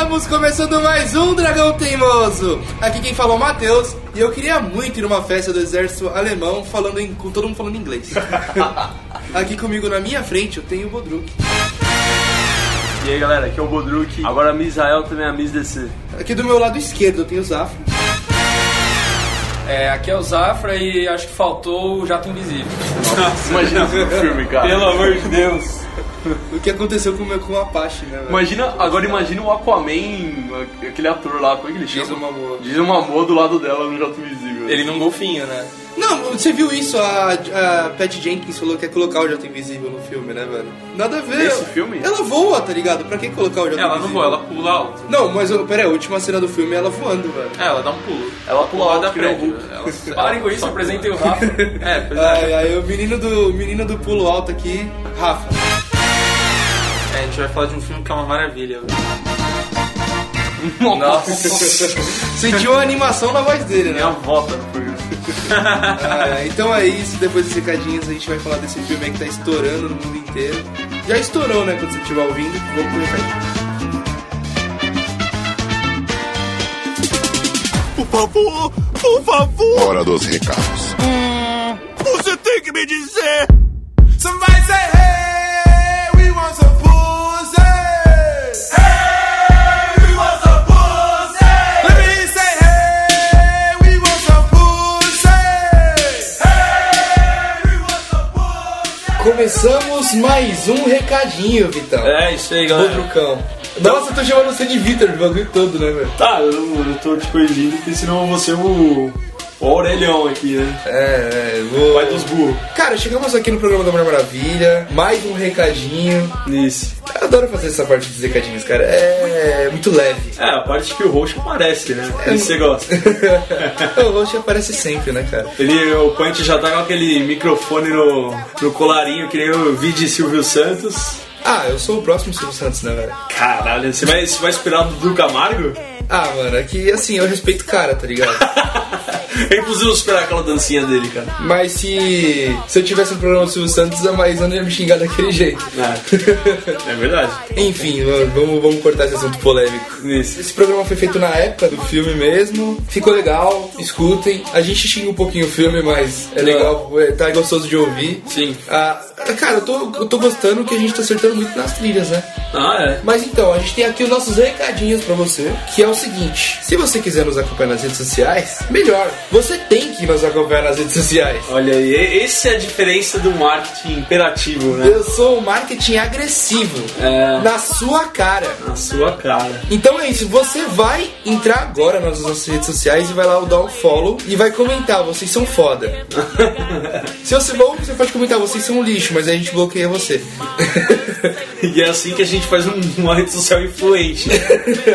amigos, começando mais um Dragão Teimoso. Aqui quem falou é o Matheus e eu queria muito ir numa festa do exército alemão falando em- com todo mundo falando inglês. Aqui comigo na minha frente eu tenho o Bodruk. E aí galera, aqui é o Bodruk. Agora a Miss Israel também é a Miss DC. Aqui do meu lado esquerdo eu tenho o Zafra. É, aqui é o Zafra e acho que faltou o Jato Invisível. Imagina isso no filme, cara. Pelo amor de Deus. O que aconteceu com o, meu, com o Apache, né? velho? Imagina, agora imagina o Aquaman, aquele ator lá, como é que ele chama? Jason Momoa. Diz uma moa do lado dela no Jato Invisível. Ele num golfinho, né? Não, você viu isso? A, a Pat Jenkins falou que ia colocar o Jato Invisível no filme, né, velho? Nada a ver. Nesse filme? Ela voa, tá ligado? Pra que colocar o Jato Ela não Invisível? voa, ela pula alto. Não, mas ô, pera aí, a última cena do filme é ela voando, velho. É, ela dá um pulo. Ela pula alto da que nem o prédio. Hulk. Ela- Parem ela com isso, só apresentem o pula. Rafa. É, pois é. Ai, ai, o menino do, o menino do pulo alto aqui, Rafa. É, a gente vai falar de um filme que é uma maravilha. Sentiu a animação na voz dele, Minha né? avó tá por isso. Ah, então é isso, depois dos recadinhos a gente vai falar desse filme aí que tá estourando no mundo inteiro. Já estourou, né, quando você estiver ouvindo. Vamos pro recadinho. Por favor, por favor, Hora dos recados. você tem que me dizer. Começamos mais um recadinho, Vitão. É, isso aí, galera. Bodrucão. Nossa, eu tô chamando você de Vitor o bagulho todo, né, velho? Tá, eu, tô te corrigindo, porque senão você o. O orelhão aqui, né? É, é, vou... Vai dos burros. Cara, chegamos aqui no programa da Mulher Maravilha, mais um recadinho. Isso. Eu adoro fazer essa parte dos recadinhos, cara. É muito leve. É, a parte que o roxo aparece, né? Que você gosta. o roxo aparece sempre, né, cara? Ele, o Punch já tá com aquele microfone no, no colarinho, que nem o vídeo de Silvio Santos. Ah, eu sou o próximo Silvio Santos, né, velho? Caralho, você vai, você vai esperar do Dudu Camargo? Ah, mano, é que assim, eu respeito o cara, tá ligado? É impossível esperar aquela dancinha dele, cara. Mas se. Se eu tivesse um programa do Silvio Santos, a Maísa ia me xingar daquele jeito. É, é verdade. Enfim, mano, vamos, vamos cortar esse assunto polêmico. Isso. Esse programa foi feito na época do filme mesmo. Ficou legal, escutem. A gente xinga um pouquinho o filme, mas é legal, é, tá gostoso de ouvir. Sim. Ah, cara, eu tô, eu tô gostando que a gente tá acertando muito nas trilhas, né? Ah, é. Mas então, a gente tem aqui os nossos recadinhos pra você, que é o seguinte: se você quiser nos acompanhar nas redes sociais, melhor, você tem que nos acompanhar nas redes sociais. Olha aí, e- essa é a diferença do marketing imperativo, né? Eu sou o marketing agressivo É. na sua cara. Na sua cara. Então é isso, você vai entrar agora nas nossas redes sociais e vai lá dar um follow e vai comentar, vocês são foda. Se você for, você pode comentar, vocês são um lixo, mas aí a gente bloqueia você. E é assim que a gente faz um- uma rede social influente.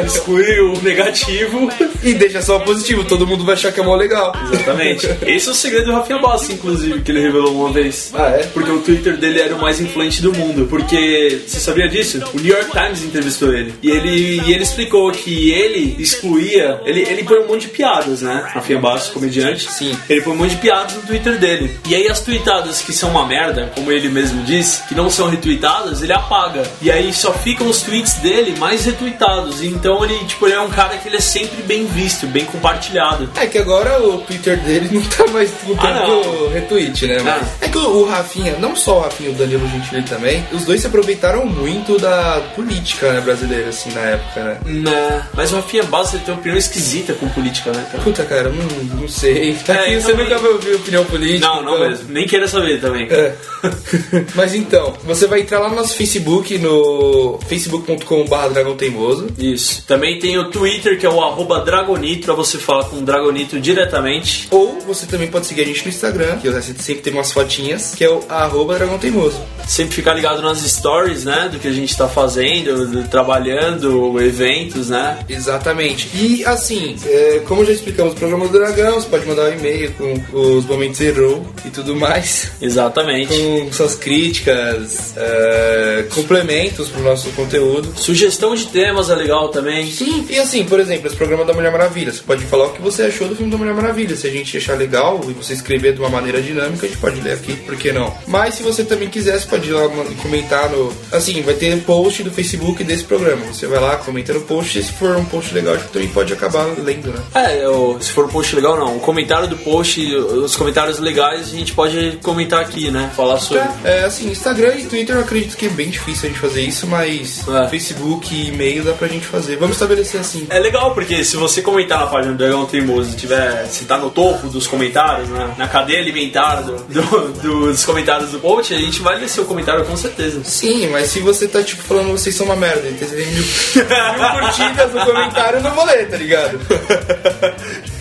Exclui o negativo. E deixa só o positivo, todo mundo vai achar que é mó legal. Exatamente. Esse é o segredo do Rafinha Bassi, inclusive, que ele revelou uma vez. Ah, é? Porque o Twitter dele era o mais influente do mundo. Porque, você sabia disso? O New York Times entrevistou ele. E ele, e ele explicou que ele excluía. Ele, ele põe um monte de piadas, né? Rafinha Bassi, comediante. Sim. Ele põe um monte de piadas no Twitter dele. E aí as tweetadas que são uma merda, como ele mesmo diz, que não são retweetadas, ele apaga. E aí só ficam os tweets dele mais retweetados. Então ele, tipo, ele é um cara que ele é sempre bem visto, bem compartilhado. É que agora o Twitter dele não tá mais Ah, lutando não. Ah. o retweet, né? Mas é que o Rafinha, não só o Rafinha, o Danilo Gentili também, os dois se aproveitaram muito da política né, brasileira, assim, na época, né? Né? Mas o Rafinha Bastos ele tem uma opinião esquisita com política, né, cara? Puta, cara, hum, não sei. Aqui então você nem- nunca vai ouvir opinião política. Não, não então- mesmo. Nem queira saber também. É. Mas então, você vai entrar lá no nosso Facebook, no facebook.com.br Dragão Teimoso. Isso. Também tem o Twitter, que é o arroba Dragonito, pra você falar com o Dragonito diretamente. Ou você também pode seguir a gente no Instagram, que a gente sempre tem umas fotinhas, que é o arroba Dragão Teimoso. Sempre ficar ligado nas stories, né? Do que a gente tá fazendo, do- trabalhando, eventos, né? Exatamente. E assim, é, como já explicamos o programa do Dragão, você pode mandar um e-mail com os momentos zero e tudo mais. Exatamente. Com suas críticas, é, complementos pro nosso conteúdo. Sugestão de temas é legal também. Sim, e assim, por exemplo, esse programa da Mulher Mulher Maravilha. Você pode falar o que você achou do filme da Mulher Maravilha. Se a gente achar legal e você escrever de uma maneira dinâmica, a gente pode ler aqui, por que não? Mas se você também quiser, você pode ir lá e comentar no. Assim, vai ter post do Facebook desse programa. Você vai lá, comenta no post. E se for um post legal, a gente também pode acabar lendo, né? É, eu- se for um post legal, não. O comentário do post, os comentários legais, a gente pode comentar aqui, né? Falar sobre. É, assim, Instagram e Twitter eu acredito que é bem difícil a gente fazer isso, mas É. Facebook e e-mail dá pra gente fazer. Vamos estabelecer assim. É legal porque se você comentar na página do Dragão Teimoso, tiver, se tá no topo dos comentários, né, na cadeia alimentar do- do- dos comentários do post, a gente vai ler seu comentário com certeza. Sim, mas se você tá tipo falando vocês são uma merda, e tem mil, mil curtidas no comentário, eu não vou ler, tá ligado?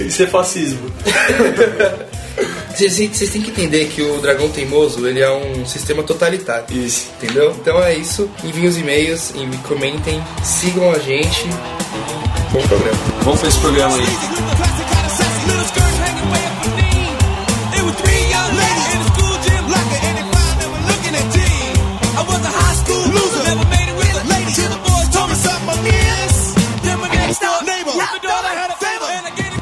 Isso é fascismo. Vocês vocês têm que entender que o Dragão Teimoso ele é um sistema totalitário. Isso. Entendeu? Então é isso. Enviem os e-mails, envi- comentem, sigam a gente. Bom programa. Vamos pra esse programa aí. Neighbor.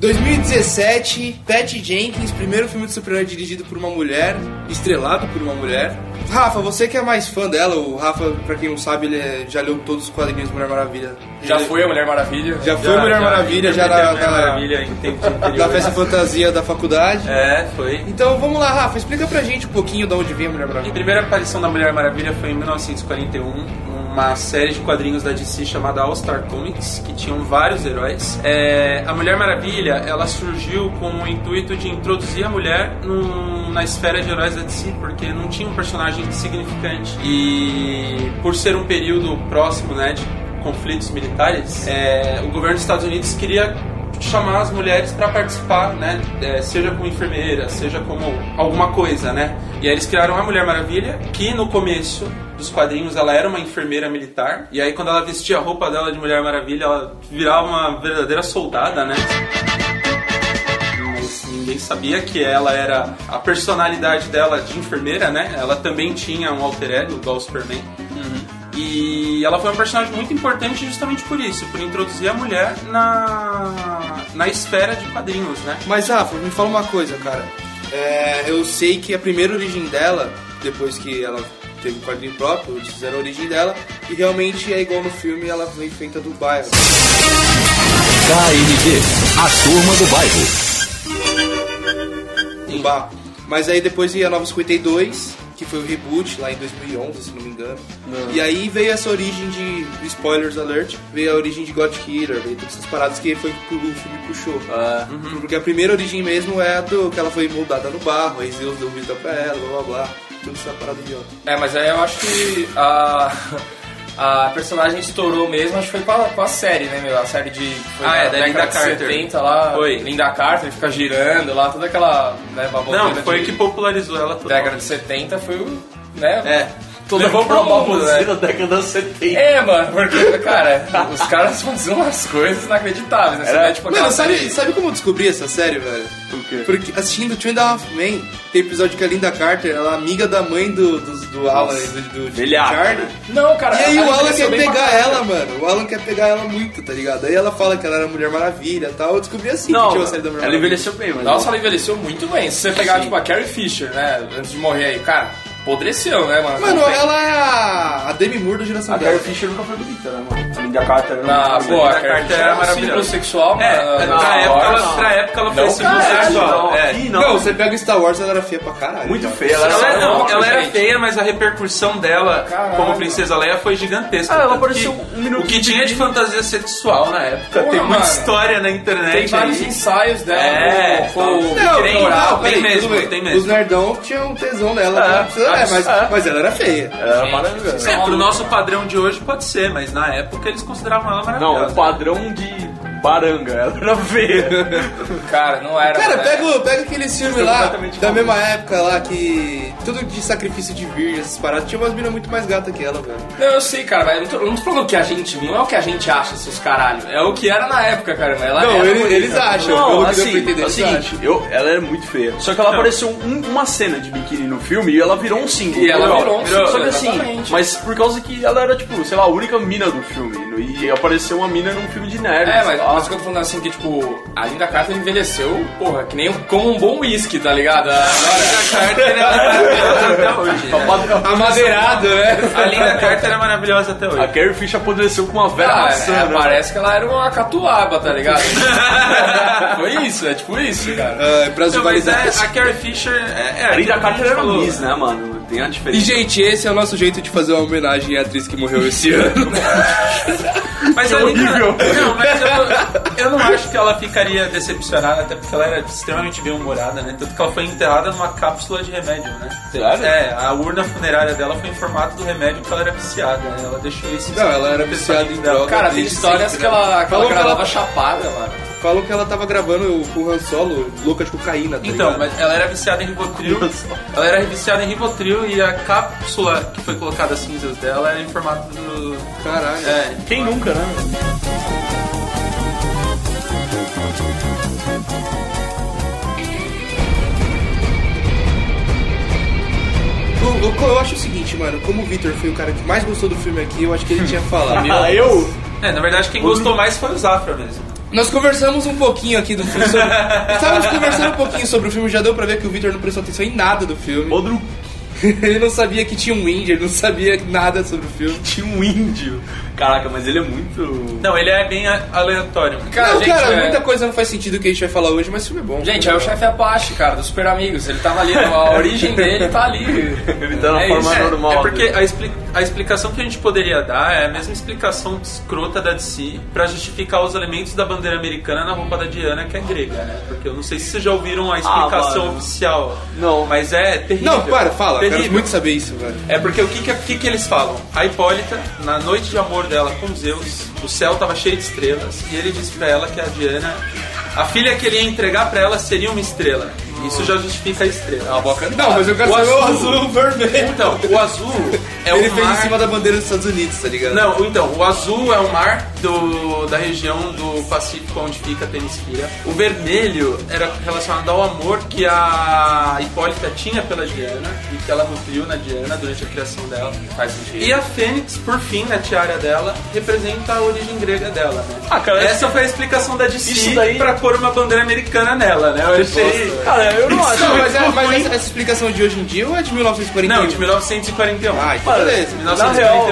2017, Patty Jenkins, primeiro filme de super-herói dirigido por uma mulher, estrelado por uma mulher. Rafa, você que é mais fã dela, o Rafa, pra quem não sabe, ele é- já leu todos os quadrinhos de Mulher Maravilha. Já Ele- foi a Mulher Maravilha. Já foi Mulher Maravilha, já interpretei da, a Mulher da- Maravilha em tempos da anteriores. festa fantasia da faculdade. É, foi. Então vamos lá, Rafa, explica pra gente um pouquinho de onde vem a Mulher A Maravilha. primeira aparição da Mulher Maravilha foi em 1941, uma série de quadrinhos da DC chamada All Star Comics, que tinham vários heróis. É, a Mulher Maravilha, ela surgiu com o intuito de introduzir a mulher num- na esfera de heróis da DC, porque não tinha um personagem significante. E por ser um período próximo, né, de conflitos militares, é, o governo dos Estados Unidos queria chamar as mulheres para participar, né? É, seja como enfermeira, seja como alguma coisa, né? E aí eles criaram a Mulher Maravilha, que no começo dos quadrinhos ela era uma enfermeira militar. E aí quando ela vestia a roupa dela de Mulher Maravilha, ela virava uma verdadeira soldada, né? mas ninguém sabia que ela era a personalidade dela de enfermeira, né? Ela também tinha um alter ego, igual o Superman. E ela foi um personagem muito importante justamente por isso, por introduzir a mulher na, na esfera de quadrinhos, né? Mas Rafa, me fala uma coisa, cara. É, eu sei que a primeira origem dela, depois que ela teve o quadrinho próprio, eles fizeram a origem dela, e realmente é igual no filme, ela foi feita do bairro. KMD, a turma do bairro. Um bar. Mas aí depois ia a 952, que foi o reboot lá em 2011, se não me engano. E aí veio essa origem de spoilers alert, veio a origem de God Killer, veio todas essas paradas que foi que o filme puxou. Porque a primeira origem mesmo é a do que ela foi moldada no barro, aí Zeus deu vida pra ela, blá blá blá. Tudo essa parada idiota. É, mas aí eu acho que a, a personagem estourou mesmo, acho que foi com a, com a série, né, meu? A série de. Foi Ah, na é, da Linda década de Carter. 70 lá. Foi. Linda Carter, fica girando lá, toda aquela. Né, baboseira Não, foi o de que popularizou ela toda. Década de 70 foi o. Né? É. Toda Levou aquela pro mundo, baboseira. né? Da década de 70. É, mano, porque, cara, os caras faziam umas coisas inacreditáveis, né? Você vê, tipo, aquela Mano, sabe, série- sabe como eu descobri essa série, velho? Por quê? Porque assistindo Two and a Half Men, tem episódio que a Linda Carter, ela é amiga da mãe do, do, do Alan e do, do, do Velhaca, Charlie. Não, cara. E aí a o Alan impressão quer bem pra pegar caralho. ela, mano. O Alan quer pegar ela muito, tá ligado? Aí ela fala que ela era Mulher Maravilha e tal. Eu descobri assim que Não, tinha uma série da Mulher ela Maravilha. envelheceu bem, mas... Nossa, ela envelheceu muito bem. Se você pegar, tipo, a Carrie Fisher, né, antes de morrer aí, cara, apodreceu, né, mano? Mano, Não tem- ela é a, a Demi Moore da geração A dela. Carrie Fisher nunca foi bonita, né, mano? A Linda Carter era Na muito boa, bonita. a Carrie Carter Fisher era era maravilhosa. maravilhosa. é um sexual, É, pra, época, ela, pra época ela foi Não, caralho, sexual. não. É. Ih, Não, você pega Star Wars, ela era feia pra caralho. Muito cara. feia. Ela Ela, era... era- não, Nossa, ela era gente. feia, mas a repercussão dela Caralho. como Princesa Leia foi gigantesca. Ah, ela Tanto apareceu que- um minutinho O que tinha de fantasia sexual na época. Porra, tem muita mano. história na Tem internet. vários então, aí. ensaios dela É, com, com o Não, Tem, não, não, peraí, tem mesmo, tudo bem. tem mesmo. Os nerdão tinham um tesão nela. Ah, tá? é, mas, ah. mas ela era feia. é. Era maravilhosa. É, pro nosso padrão de hoje pode ser, mas na época eles consideravam ela Não, maravilhosa. o padrão de baranga, ela era feia. Cara, não era. Cara, né? pega, o- pega aqueles filmes lá, completamente da maluco. mesma época lá, que tudo de sacrifício de virgem, essas paradas. Tinha umas minas muito mais gata que ela, velho. Não, eu sei, cara, mas eu não tô- eu não tô falando o que a gente viu, não é o que a gente acha, seus caralho. É o que era na época, cara. mas Ela Não, era ele- bonita. eles acham, Não, pelo que deu pra assim, entender, é o eles seguinte, eu, ela era muito feia. Só que ela apareceu um- uma cena de biquíni no filme e ela virou um símbolo. E ela Não, virou um símbolo, Só que assim, exatamente. mas por causa que ela era, tipo, sei lá, a única mina do filme. E apareceu uma mina num filme de nerd. É, mas, mas o que eu tô falando assim, que tipo, a Linda Carter envelheceu, porra, que nem um- como um bom uísque, tá ligado? Agora, Carter era maravilhosa até hoje. né? amadeirado, né? A Linda Carter é maravilhosa até A hoje. Carrie Fisher apodreceu com uma velha Ah, maçã, é, né? parece que ela era uma catuaba, tá ligado? Foi isso, é tipo isso, cara. Ah, pra Não, mas zubarizar. é, a Carrie Fisher é. é A Linda aquilo que a Carter gente era falou. Miss, né, mano? Tem a E, diferença. gente, esse é o nosso jeito de fazer uma homenagem à atriz que morreu esse ano. Mas a Linda. Não, mas eu, eu não acho que ela ficaria decepcionada, até porque ela era extremamente bem humorada, né? Tanto que ela foi enterrada numa cápsula de remédio, né? Sério? É, a urna funerária dela foi em formato do remédio que ela era viciada, né? Ela deixou isso. Não, ela era viciada em droga. Cara, tem desde histórias que sempre, né? ela, que ela Falou que gravava ela- chapada, mano. Falam que ela tava gravando com o Han Solo, louca de cocaína, tá Então, ligado? mas ela era viciada em Rivotril. Ela era viciada em Rivotril e a cápsula que foi colocada as cinzas dela era em formato do. Caralho. É, Quem nunca, né? O- o- eu acho o seguinte, mano, como o Victor foi o cara que mais gostou do filme aqui, eu acho que ele tinha falado. Ah, eu? é, na verdade quem gostou mais foi o Zafra mesmo. Nós conversamos um pouquinho aqui do filme sobre... Estávamos conversando um pouquinho sobre o filme, já deu pra ver que o Victor não prestou atenção em nada do filme. Outro ele não sabia que tinha um índio, ele não sabia nada sobre o filme. tinha um índio. Caraca, mas ele é muito... Não, ele é bem a- aleatório. Cara, não, gente, cara, é- muita coisa não faz sentido que a gente vai falar hoje, mas o filme é bom. Gente, é o chefe Apache, cara, dos Super Amigos. Ele tava ali, a origem dele tá ali. Ele tá na É forma isso, é- normal. É porque dele. a, expli- a explicação que a gente poderia dar é a mesma explicação escrota da DC pra justificar os elementos da bandeira americana na roupa da Diana, que é grega, né? Porque eu não sei se vocês já ouviram a explicação Ah, mano. oficial. Não. Mas é terrível. Não, para, fala. Terrível. Quero muito saber isso, velho. É porque o que que, o que que eles falam? A Hipólita, na noite de amor dela com Zeus, o céu tava cheio de estrelas, e ele disse pra ela que a Diana, a filha que ele ia entregar pra ela seria uma estrela. Isso já justifica a estrela. Ah, A boca Não, mas eu quero o saber o azul. azul vermelho. Então, o azul é ele o fez mar... em cima da bandeira dos Estados Unidos, tá ligado? Não, então, o azul é o mar do, da região do Pacífico onde fica a Temisquira. O vermelho era relacionado ao amor que a Hipólita tinha pela Diana e que ela nutriu na Diana durante a criação dela. Faz sentido. E a Fênix, por fim, na tiara dela, representa a origem grega dela, né? Ah, cara, Essa foi a explicação da DC isso daí- pra pôr uma bandeira americana nela, né? Eu achei... Cara, eu não acho. Não, mas, é- mas essa, essa explicação de hoje em dia ou é de 1941? Não, de 1941. Ah, então Mano, beleza. na 1941. então.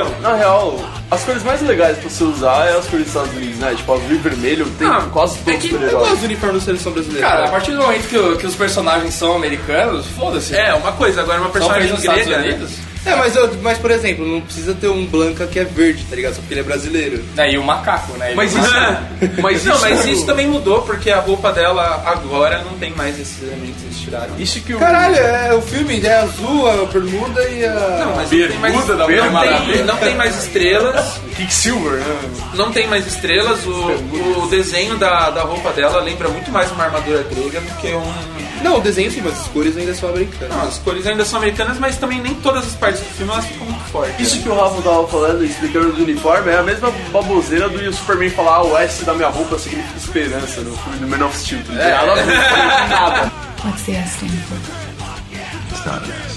real, na real, as cores mais legais pra você usar é as cores dos Estados Unidos, né? Tipo, azul e vermelho tem Ah, quase todos os é Eu gosto super-heróis. do uniforme da seleção brasileira. Cara, a partir do momento que, o- que os personagens são americanos, foda-se. É, uma coisa, agora uma só fez personagem nos Estados grega, né? Unidos. É, mas, eu- mas por exemplo, não precisa ter um Blanca que é verde, tá ligado? Só porque ele é brasileiro. É, e o macaco, né? Ele Mas não- isso. Mas É. não, isso. mas isso também mudou, porque a roupa dela agora não tem mais esses elementos, eles tiraram. Isso que o. Caralho, é, o filme é azul, a bermuda e a. Não, mas não tem mais, Bermuda da não Mulher tem- Maravilha. não tem mais estrelas, Quicksilver, né? não tem mais estrelas, o, o desenho da, da roupa dela lembra muito mais uma armadura grega do que um... Não, o desenho sim, mas as cores ainda são americanas. Não, as cores ainda são americanas, mas também nem todas as partes do filme elas ficam muito fortes. Isso que o Rafa tava falando, explicando do uniforme, é a mesma baboseira do Superman falar ah, o S da minha roupa significa esperança no filme do Man of Steel. tá Não tem É. nada a ver, não tem nada. What's the S stand for? It's not an ass.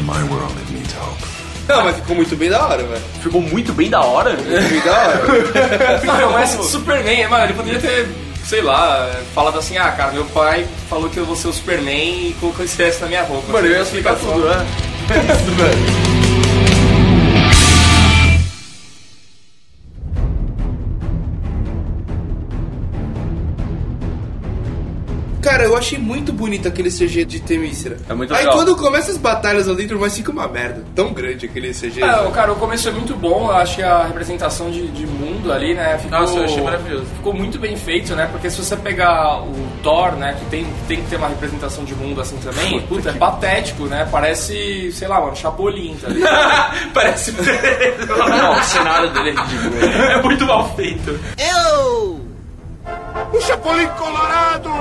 In my world, it means hope. Não, mas ficou muito bem da hora, velho. Ficou muito bem da hora. né? Ficou bem da hora. Não, é o S do Superman, mano. Ele poderia ter, sei lá, falado assim, ah, cara, meu pai falou que eu vou ser o Superman e colocou esse S na minha roupa. Mano, eu ia explicar tudo, né? Isso, velho. Cara, Cara, eu achei muito bonito aquele CG de Temícera. É muito Aí legal. quando começa as batalhas lá dentro, mas fica uma merda. Tão grande aquele CG. É, né? o cara, o começo é muito bom, eu acho que a representação de, de mundo ali, né? Ficou, Nossa, eu achei maravilhoso. Ficou muito bem feito, né? Porque se você pegar o Thor, né? Que tem, tem que ter uma representação de mundo assim também, puta, é patético, né? Parece, sei lá, mano, Chapolin, tá ligado? Parece. Não, o cenário dele é ridículo. é muito mal feito. Eu O Chapolin Colorado!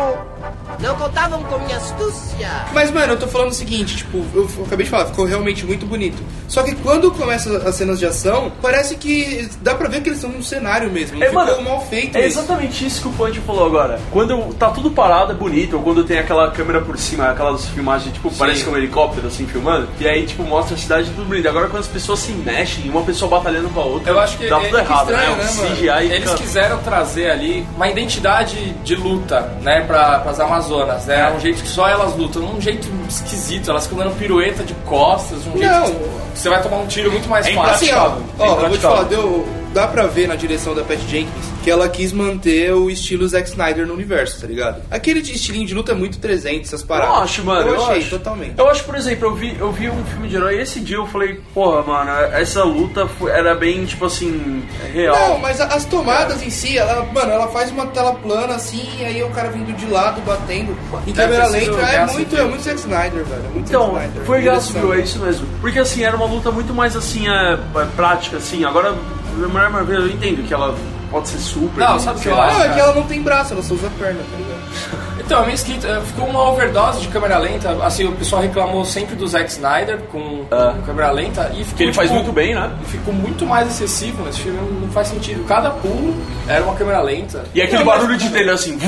não contavam com minha astúcia. Mas, mano, eu tô falando o seguinte, tipo, eu f- acabei de falar, ficou realmente muito bonito. Só que quando começa as cenas de ação, parece que dá pra ver que eles estão num cenário mesmo. É, ficou mano, mal feito É isso. exatamente isso que o Punch falou agora. Quando tá tudo parado, é bonito, ou quando tem aquela câmera por cima, é aquelas filmagens, tipo, parece que é um helicóptero, assim, filmando, e aí, tipo, mostra a cidade tudo bonito. Agora, quando as pessoas se mexem, uma pessoa batalhando com a outra, Eu acho que dá é- tudo é errado, estranho, né? né, O mano? CGI Eles fica- quiseram trazer ali uma identidade de luta, né, pra, pras Amazonas, né? Um jeito que só elas lutam, um jeito esquisito, elas ficam dando pirueta de costas, um jeito Não. que você vai tomar um tiro muito mais É fácil. Assim, ó, ó É eu vou te impraticável. falar, deu, dá pra ver na direção da Pat Jenkins que ela quis manter o estilo Zack Snyder no universo, tá ligado? Aquele de estilinho de luta é muito 300, essas Eu paradas. acho, mano. Eu achei, acho. totalmente. Eu acho, por exemplo, eu vi, eu vi um filme de herói e esse dia eu falei, porra, mano, essa luta foi- era bem, tipo assim, real. Não, mas a- as tomadas em si, ela, mano, ela faz uma tela plana assim, e aí o cara vindo de lado, batendo, em câmera preciso lenta, olhar é esse muito, é filme. muito Zack Snyder, velho. é muito Então, Zack Snyder. foi Direção. Gatsby, é isso mesmo. Porque assim, era uma luta muito mais assim, é, é, prática, assim. Agora, a Mulher Maravilha, eu entendo que ela pode ser super. Não, e, sabe o que sei eu lá. acho? Não, é que ela não tem braço, ela só usa a perna, tá ligado? Então, é meio esquisito. É, Ficou uma overdose de câmera lenta. Assim, o pessoal reclamou sempre do Zack Snyder com, Ah. com câmera lenta. E ficou, Que ele faz tipo, muito bem, né? Ficou muito mais acessível nesse filme. Não faz sentido. Cada pulo era uma câmera lenta. E aquele Não, mas- barulho de dele assim,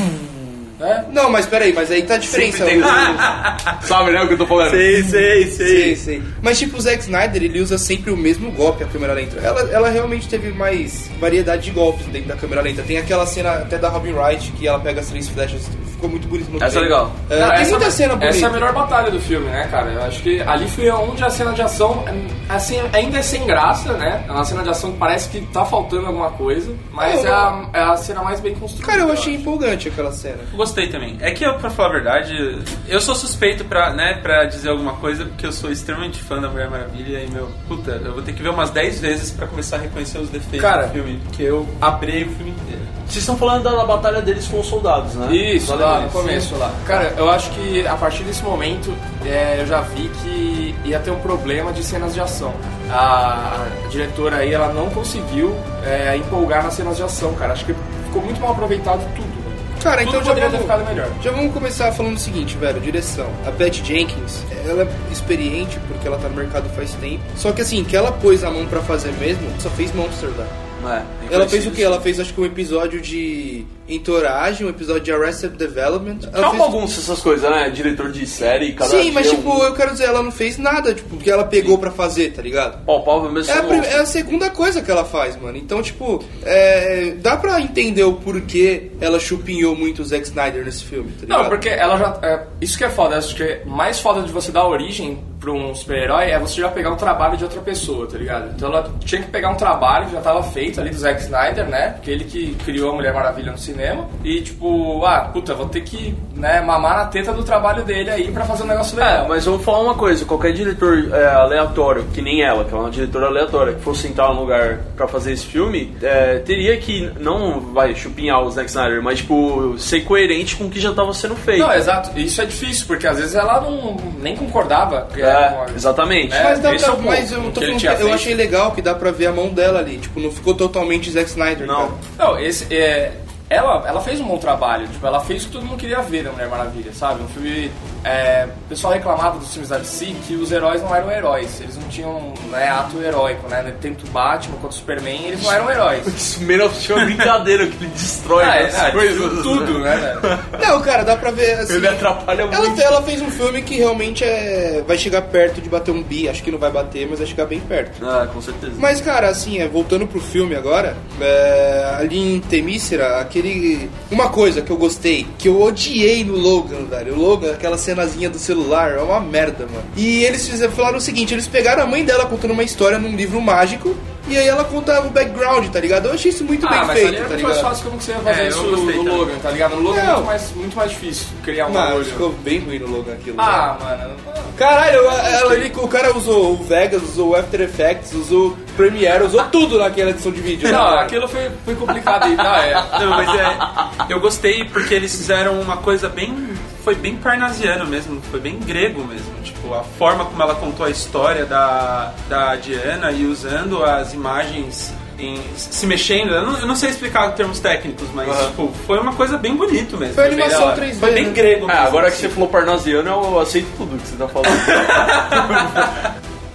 Né? Não, mas peraí, mas aí tá a diferença. tem- o- sabe, né? O que eu tô falando? Sei, sei, sei. Sei, sei. Mas tipo, o Zack Snyder, ele usa sempre o mesmo golpe, a câmera lenta. Ela, ela realmente teve mais variedade de golpes dentro da câmera lenta. Tem aquela cena até da Robin Wright, que ela pega as três flechas, ficou muito bonito no Essa é trailer. legal. É, Cara, tem essa- muita cena bonita. Essa é a melhor batalha do filme, né, cara? Eu acho que ali foi onde a cena de ação, assim, ainda é sem graça, né? É uma cena de ação que parece que tá faltando alguma coisa, mas Eu- é, a, é a cena mais bem construída. Cara, eu achei empolgante aquela cena. Gostei também. É que eu, pra falar a verdade, eu sou suspeito pra, né, pra dizer alguma coisa, porque eu sou extremamente fã da Mulher Maravilha e, meu, puta, eu vou ter que ver umas 10 vezes pra começar a reconhecer os defeitos Cara, do filme, porque eu aprei o filme inteiro. Vocês estão falando da, da batalha deles com os soldados, né? Isso, Os lá no alemães. começo lá. Cara, eu acho que a partir desse momento é, eu já vi que ia ter um problema de cenas de ação. A diretora aí, ela não conseguiu é, empolgar nas cenas de ação, cara. Acho que ficou muito mal aproveitado tudo. né? Cara, Tudo então já poderia ter vamos, ficado melhor. já vamos começar falando o seguinte, velho, direção. A Pat Jenkins, ela é experiente porque ela tá no mercado faz tempo. Só que assim, que ela pôs a mão pra fazer mesmo, só fez Monster, velho. É, Ela fez o que? Ela fez acho que um episódio de entoragem, um episódio de Arrested Development. Ela Calma fez- bagunça essas coisas, né? Diretor de série, cada Sim, dia mas um- tipo, eu quero dizer, ela não fez nada, tipo, que ela pegou pra fazer, tá ligado? palpável mesmo. É a, são prim- os- é a segunda coisa que ela faz, mano. Então, tipo, é, dá pra entender o porquê ela chupinhou muito o Zack Snyder nesse filme, tá ligado? Não, porque ela já. é, isso que é foda, acho que mais foda de você dar origem pra um super-herói é você já pegar o trabalho de outra pessoa, tá ligado? Então ela tinha que pegar um trabalho que já tava feito ali do Zack Snyder, né? Porque ele que criou a Mulher Maravilha no cinema. E tipo, ah, puta, vou ter que né, mamar na teta do trabalho dele aí pra fazer um negócio legal. É, mas eu vou falar uma coisa, qualquer diretor é, aleatório, que nem ela, que é uma diretora aleatória, que fosse entrar num lugar pra fazer esse filme, é, teria que, não vai chupinhar o Zack Snyder, mas tipo, ser coerente com o que já tava sendo feito. Não, exato. Isso é difícil, porque às vezes ela não nem concordava. que era É, uma- exatamente. É, mas, dá esse pra, é o ponto, mas eu o tô que ele falando que tinha eu feito. achei legal que dá pra ver a mão dela ali. Tipo, não ficou totalmente Zack Snyder. Não. cara. Não, esse, é, ela, ela fez um bom trabalho. Tipo, ela fez o que todo mundo queria ver na Mulher Maravilha, sabe? Um filme. é, o pessoal reclamava dos filmes da DC que os heróis não eram heróis. Eles não tinham né, ato heróico, né? Tanto Batman quanto Superman, eles não eram heróis. Isso Man of Steel é brincadeira, que ele destrói Ah, é, as é, coisas. tudo, né? velho? Não, cara, dá pra ver assim. Ele atrapalha muito. Ela, ela fez um filme que realmente é, vai chegar perto de bater um bi. Acho que não vai bater, mas vai chegar bem perto. Ah, com certeza. Mas, cara, assim, é, voltando pro filme agora, é, ali em Temícera, aquele. Uma coisa que eu gostei, que eu odiei no Logan, velho. O Logan, aquela cenazinha do celular, é uma merda, mano. E eles fizeram, falaram o seguinte: eles pegaram a mãe dela contando uma história num livro mágico. E aí ela contava o background, tá ligado? Eu achei isso muito Ah, bem mas feito, ali tá era muito mais ligado? fácil como que você ia fazer É, eu isso gostei no também. Logan, tá ligado? No Logan é Não. muito mais, muito mais difícil criar um Mano, bagulho. ficou bem ruim no Logan aquilo. né? Ah, mano. Caralho, ela- ela- ele- o cara usou o Vegas, usou o After Effects, usou o Premiere, usou tudo naquela edição de vídeo. né, Não, é cara? aquilo foi, foi complicado aí. Não, é. Não, mas é. Eu gostei porque eles fizeram uma coisa bem. Foi bem parnasiano mesmo, foi bem grego mesmo. Tipo, a forma como ela contou a história da, da Diana e usando as imagens. Em, se mexendo, eu não, eu não sei explicar em termos técnicos, mas tipo, foi uma coisa bem bonito mesmo. Foi bem animação da hora. 3D, Foi né? bem grego mesmo. assim. Ah, agora que você falou parnasiano, eu aceito tudo que você tá falando.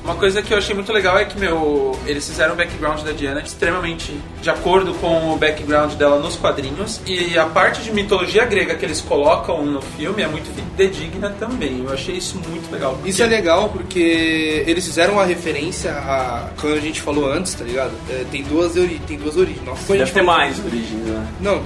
Uma coisa que eu achei muito legal é que, meu, eles fizeram o background da Diana extremamente de acordo com o background dela nos quadrinhos. E a parte de mitologia grega que eles colocam no filme é muito fidedigna também. Eu achei isso muito legal. porque- Isso é legal porque eles fizeram uma referência a quando a gente falou antes, tá ligado? É, tem duas ori... tem duas origens. Nossa, quando a Deve gente ter falou- mais origens, né? Não,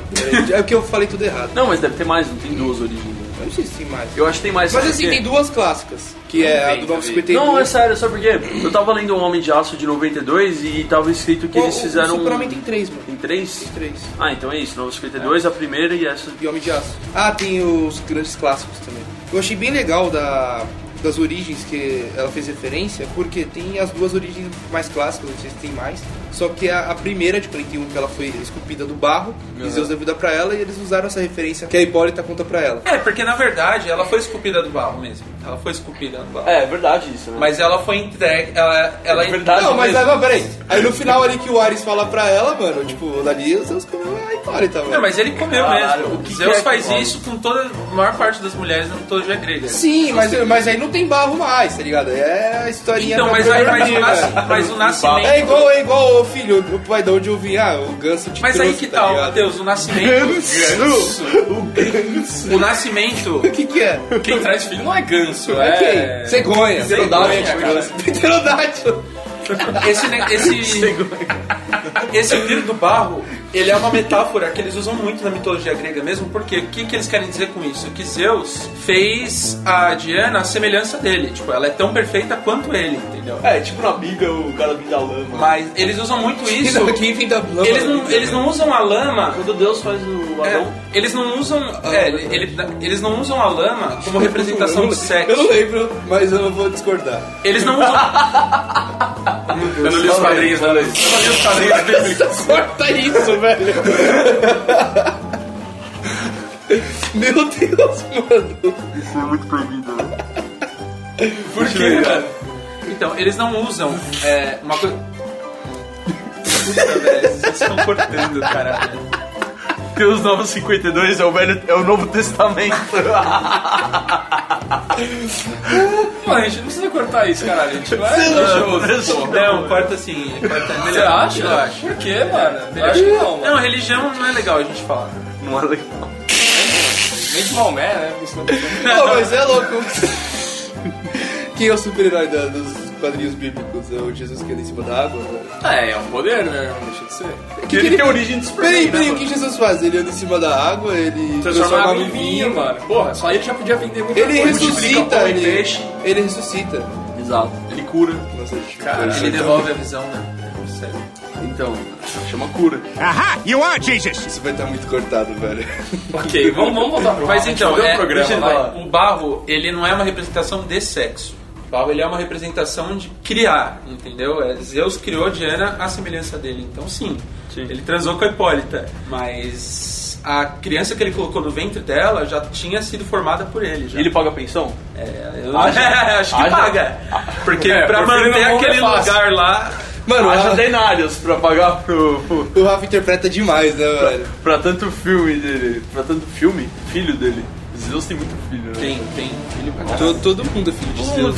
é, é que eu falei tudo errado. Não, mas deve ter mais, não tem duas origens. né? Eu não sei se tem mais. Eu acho que tem mais. Mas sabe assim, por quê? tem duas clássicas, que é a do 952. Não, é sério, sabe por quê? Eu tava lendo O Homem de Aço de 92 e tava escrito que O- eles fizeram. O um, Super-Homem tem três, mano. Tem três? um Tem três. Ah, então é isso. 952, a primeira e essa. E Homem de Aço. Ah, tem os grandes clássicos também. Eu achei bem legal da, das origens que ela fez referência, porque tem as duas origens mais clássicas, não sei se tem mais. Só que a, a primeira, de 41, que ela foi esculpida do barro, e Zeus deu vida pra ela, e eles usaram essa referência que a Hipólita conta pra ela. É, porque na verdade ela foi esculpida do barro mesmo. Ela foi esculpida do barro. É, é verdade isso, né? Mas ela foi entregue. Ela, ela É verdade não, mas mesmo. aí, mas peraí. Aí no final ali que o Ares fala pra ela, mano, tipo, dali os Zeus comeu a Hipólita, mano. Não, mas ele comeu é- Caralho, mesmo. o que Zeus que é que faz rola? isso com toda a maior parte das mulheres na mitologia grega. Sim, mas, mas aí não tem barro mais, tá ligado? É a historinha Então, da mas, aí, mas, o primeira nas- vida. mas o nascimento. É igual, é igual o filho, o pai de onde eu vim, ah, o ganso te Mas trouxe, aí que tá tal, um ligado? Matheus, o nascimento. O nascimento. O que que é? Quem traz filho não é ganso, É é. quem? Cegonha. Cegonha, Pterodáctilo, cara. Pterodáctilo. Esse, ne- esse, esse filho do barro, ele é uma metáfora que eles usam muito na mitologia grega mesmo, porque o que, que eles querem dizer com isso? Que Zeus fez a Diana a semelhança dele. Tipo, ela é tão perfeita quanto ele, entendeu? É, tipo na biga o cara vinha da lama. Mas eles usam muito isso. Aqui vem da lama. Eles não, eles não usam a lama Quando Deus faz o É, Adão. eles não usam. é, ele- ele- eles não usam a lama como representação de Eu não sexo. lembro, mas eu não vou discordar. Eles não usam. Eu não li os quadrinhos, né? Luiz? Corta isso, velho. Meu Deus, mano. Por quê, cara? Então, eles não usam é, uma coisa. Puta, velho, vocês estão cortando, cara. Porque os 952 é o, velho, é o Novo Testamento. Mano, a gente não precisa cortar isso, caralho. A gente vai. um Não, corta assim. Corta, Você melhor, acha? Eu acho. Por quê, mano? Eu acho que não, mano. Não, religião não é legal a gente falar. Não é legal. Nem de Maomé, né? Porque senão- Pô, mas é louco. Quem é o super-herói da- dos quadrinhos bíblicos? É o Jesus que anda em cima da água? Né? É, é um poder, né? Não deixa de ser. Que que ele tem origem de Superman. Peraí, peraí, o que Jesus faz? Ele anda em cima da água, ele Transformar água em vinho, mano. Porra, só ele já podia vender muita Ele coisa. ressuscita, Multiplica o pão e ele, peixe. ele ressuscita. Exato. Ele cura. Nossa, tipo, Ele devolve a visão, né? Não sei. Então, chama cura. Aha! You are Jesus! isso vai estar muito cortado, velho. Ok, vamos, vamos voltar pro Mas Rafa, então, entendeu é, o programa, deixa eu vai. falar. o barro, ele não é uma representação de sexo. O barro, ele é uma representação de criar, entendeu? É, Zeus criou Diana à semelhança dele. Então, sim, ele transou com a Hipólita. Mas a criança que ele colocou no ventre dela já tinha sido formada por ele. Já. E ele paga pensão? É, eu- acho que Haja- paga. Porque É, pra porque manter no mundo aquele é fácil. lugar lá... Mano, Haja o denários pra pagar pro, pro- Rafa, o Rafa interpreta demais, né, velho? pra tanto filme dele. Pra tanto filme? Filho dele. Zeus tem muito filho, né? Tem, tem. Ele Todo, todo mundo é filho de Zeus.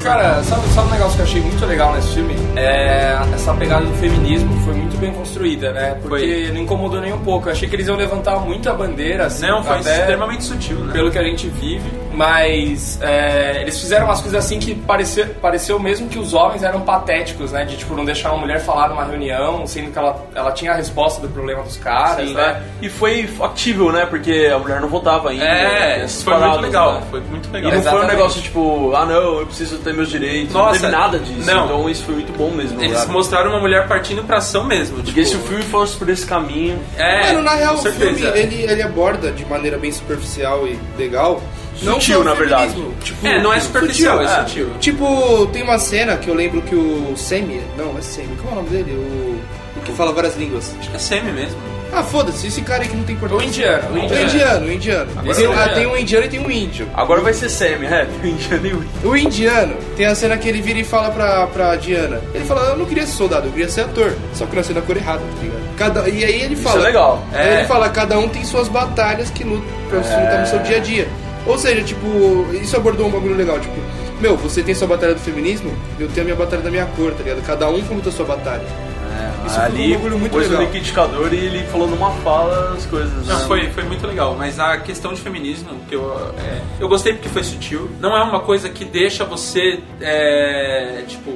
Cara, sabe, sabe um negócio negócio que eu achei muito legal nesse filme é essa pegada do feminismo foi muito bem construída, né? Porque não incomodou nem um pouco. Eu achei que eles iam levantar muito a bandeira, assim, Não, foi até extremamente sutil, né? pelo que a gente vive, mas é, eles fizeram umas coisas assim que pareceu, pareceu mesmo que os homens eram patéticos, né? De tipo, não deixar uma mulher falar numa reunião, sendo que ela, ela tinha a resposta do problema dos caras, Sim, né? né? E foi factível, né? Porque a mulher não votava ainda. né? É, Essas isso foi muito paradas, legal. né? Foi muito E legal. não foi um Exatamente. negócio tipo, ah não, eu preciso ter meus direitos. Nossa, não teve nada disso. não. Então isso foi muito bom mesmo. Eles cara. mostraram uma mulher partindo pra ação mesmo. Tipo, Porque se o filme um fosse por esse caminho. É, Mano, na real, com o certeza. filme ele, ele aborda de maneira bem superficial e legal. Não Sutil, só o na verdade. feminismo, Tipo, É, não é superficial, sutil, é é. sutil. Tipo, tem uma cena que eu lembro que o Semi. Não, é Semi. Como é o nome dele? O, o que fala várias línguas. Acho que é semi mesmo. Ah, foda-se, esse cara aí que não tem português. O indiano, o indiano. indiano, o indiano. Agora Tem- é o ah, indiano. tem um indiano e tem um índio. Agora vai ser semi, é. Engenheiro. O indiano tem a cena que ele vira e fala pra, pra Diana. Ele fala, eu não queria ser soldado, eu queria ser ator. Só que eu nasci na cor errada, tá ligado? Cada- e aí ele fala. é legal. Aí É. ele fala, cada um tem suas batalhas que luta pra você lutar no seu É. dia a dia. Ou seja, tipo, isso abordou um bagulho legal, tipo, meu, você tem sua batalha do feminismo, eu tenho a minha batalha da minha cor, tá ligado? Cada um luta a sua batalha. Isso foi um É, Ali bagulho muito pôs o legal. liquidificador e ele falou numa fala as coisas. Não, né? Ah, foi, foi muito legal, mas a questão de feminismo, que eu, é, eu gostei porque foi sutil, não é uma coisa que deixa você, é, tipo,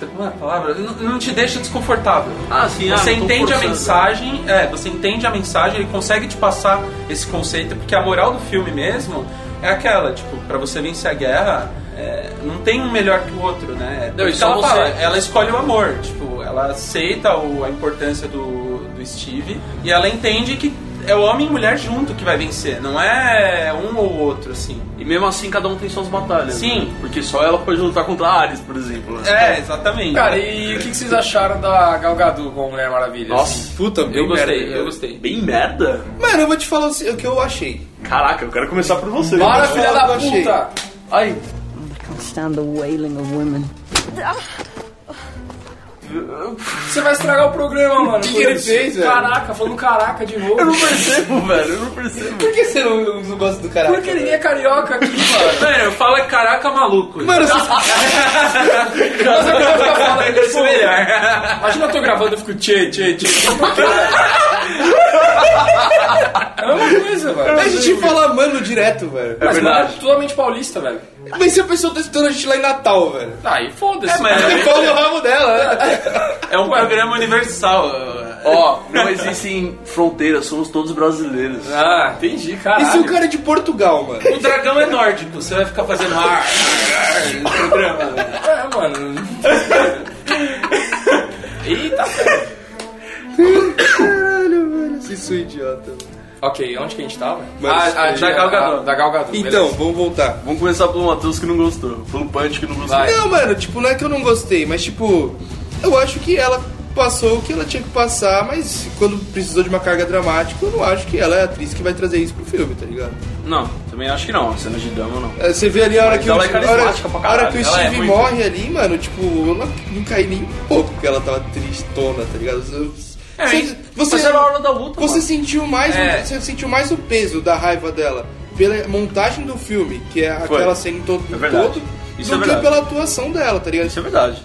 como é a palavra? Não, não te deixa desconfortável. Ah, sim, você ah, não tô entende a forçando. mensagem, é, você entende a mensagem, ele consegue te passar esse conceito, porque a moral do filme mesmo é aquela, tipo, pra você vencer a guerra, é, não tem um melhor que o outro, né? Não, e Porque só ela, você- fala, ela escolhe o amor, tipo, ela aceita o- a importância do, do Steve e ela entende que é o homem e mulher junto que vai vencer, não é um ou outro, assim. E mesmo assim cada um tem suas batalhas. Sim. né? Porque só ela pode lutar contra a Ares, por exemplo. né? É, exatamente. Cara, e o que, que vocês acharam da Gal Gadot como Mulher Maravilha? assim? Nossa, Puta, eu bem merda, gostei, velho. eu gostei. bem merda. Mano, eu vou te falar o se- o que eu achei. Caraca, eu quero começar por você. Para, eu filha da achei. puta! Ai, Can't stand the wailing of women. Você vai estragar o programa, mano. que por ele isso. fez, velho? Caraca, falando caraca de novo. eu não percebo, velho. Eu não percebo. Por que você não, não gosta do caralho? Porque ninguém é carioca aqui, mano. Mano, eu falo é caraca maluco. Mano, vocês- Mas eu quero ficar falando, deve ser tipo, melhor. Imagina eu tô gravando e fico tchê, tchê, tchê. É a mesma coisa, velho. a gente fala mano direto, velho. Mas mano, verdade. é totalmente paulista, velho. Mas se a pessoa tá escutando a gente lá em Natal, velho. Aí foda-se. mas- velho. Qual é o ramo dela, né? É um programa universal. Ó, não existem fronteiras, somos todos brasileiros. Ah, E se entendi, o caralho. cara é de Portugal, mano? O dragão é nórdico, você vai ficar fazendo ar no programa. né? É, mano. Eita. Isso é idiota. Ok, onde que a gente tava? Mas- Ah, da Gal Gadot. Da Gal Gadot, é Então, beleza. vamos voltar. Vamos começar pelo Matheus que não gostou, pelo Punch que não gostou. Vai. Não, mano, tipo, não é que eu não gostei, mas tipo, eu acho que ela passou o que ela tinha que passar, mas quando precisou de uma carga dramática, eu não acho que ela é a atriz que vai trazer isso pro filme, tá ligado? Não, também acho que não. Cena de dama, não. É, Você vê ali a hora que o, ela é a hora, carismática a pra hora caralho, que o ela é Steve muito. morre ali, mano, tipo, eu não, não caí nem um pouco porque ela tava tristona, tá ligado? Eu- você, você, É, Mas era a hora da luta, Você mano. sentiu mais, É. você sentiu mais o peso da raiva dela pela montagem do filme, que é Foi. aquela cena em todo, É verdade. todo Isso do é que verdade. pela atuação dela, tá ligado? Isso é verdade.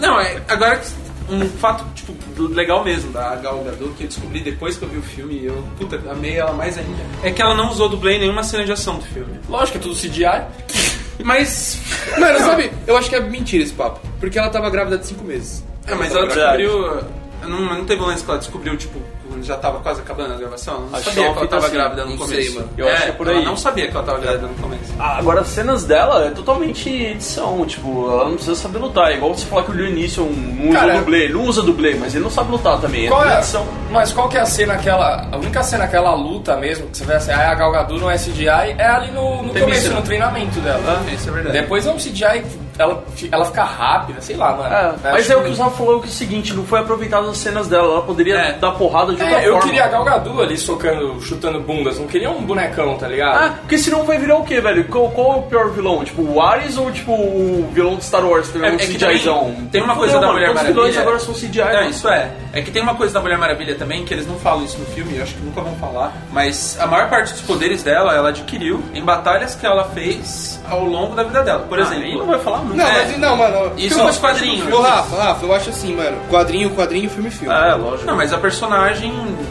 Não, é, agora um fato tipo, do- legal mesmo da Gal Gadot que eu descobri depois que eu vi o filme e eu puta, amei ela mais ainda. É que ela não usou dublê em nenhuma cena de ação do filme. Lógico, é tudo CGI. Mas Mano, sabe, eu acho que é mentira esse papo, porque ela tava grávida de 5 meses. é, mas ela Verdade. descobriu não, não teve um lance que ela descobriu tipo quando já tava quase acabando a gravação, ela não Acho sabia que que ela ela tava fez assim, grávida no não começo. sei, mano. Eu acho que é por aí. É. Ela não sabia que ela tava grávida no começo. Ah, agora as cenas dela é totalmente edição, tipo, ela não precisa saber lutar. É igual você falar que o Leonício não um, usa Cara, dublê, ele não usa dublê, mas ele não sabe lutar também. Qual é é? tudo edição. Mas qual que é a cena aquela. A única cena aquela luta mesmo, que você vê assim, ah, é a Galgadu no SGI, é ali no, no Tem começo, isso. né? no treinamento dela. Isso é verdade. Depois é um CGI, ela, fi- ela fica rápida, sei lá, mano. É, mas acho é o que o Zaf falou que é o seguinte, não foi aproveitado as cenas dela, ela poderia É. dar porrada de outra É, eu forma. queria a Galgadu ali socando, chutando bundas, não queria um bonecão, tá ligado? Ah, porque senão vai virar o quê, velho? Qual, qual é o pior vilão? Tipo, o Ares ou tipo o vilão de Star Wars também? É, um é que CGIzão? também tem uma coisa Não, é, da mano, Mulher todos Os vilões Maravilha. agora são CGI, É, mano. isso é. É que tem uma coisa da Mulher Maravilha também, que eles não falam isso no filme, eu acho que nunca vão falar, mas a maior parte dos poderes dela, ela adquiriu em batalhas que ela fez ao longo da vida dela. Por Ah, exemplo, É, aí não vai falar Não, mas não, mano. Isso eu é nos acho- quadrinhos. Ô, Rafa, Rafa, eu acho assim, mano. Quadrinho, quadrinho, filme, filme. Ah, é lógico. Não, mas a personagem.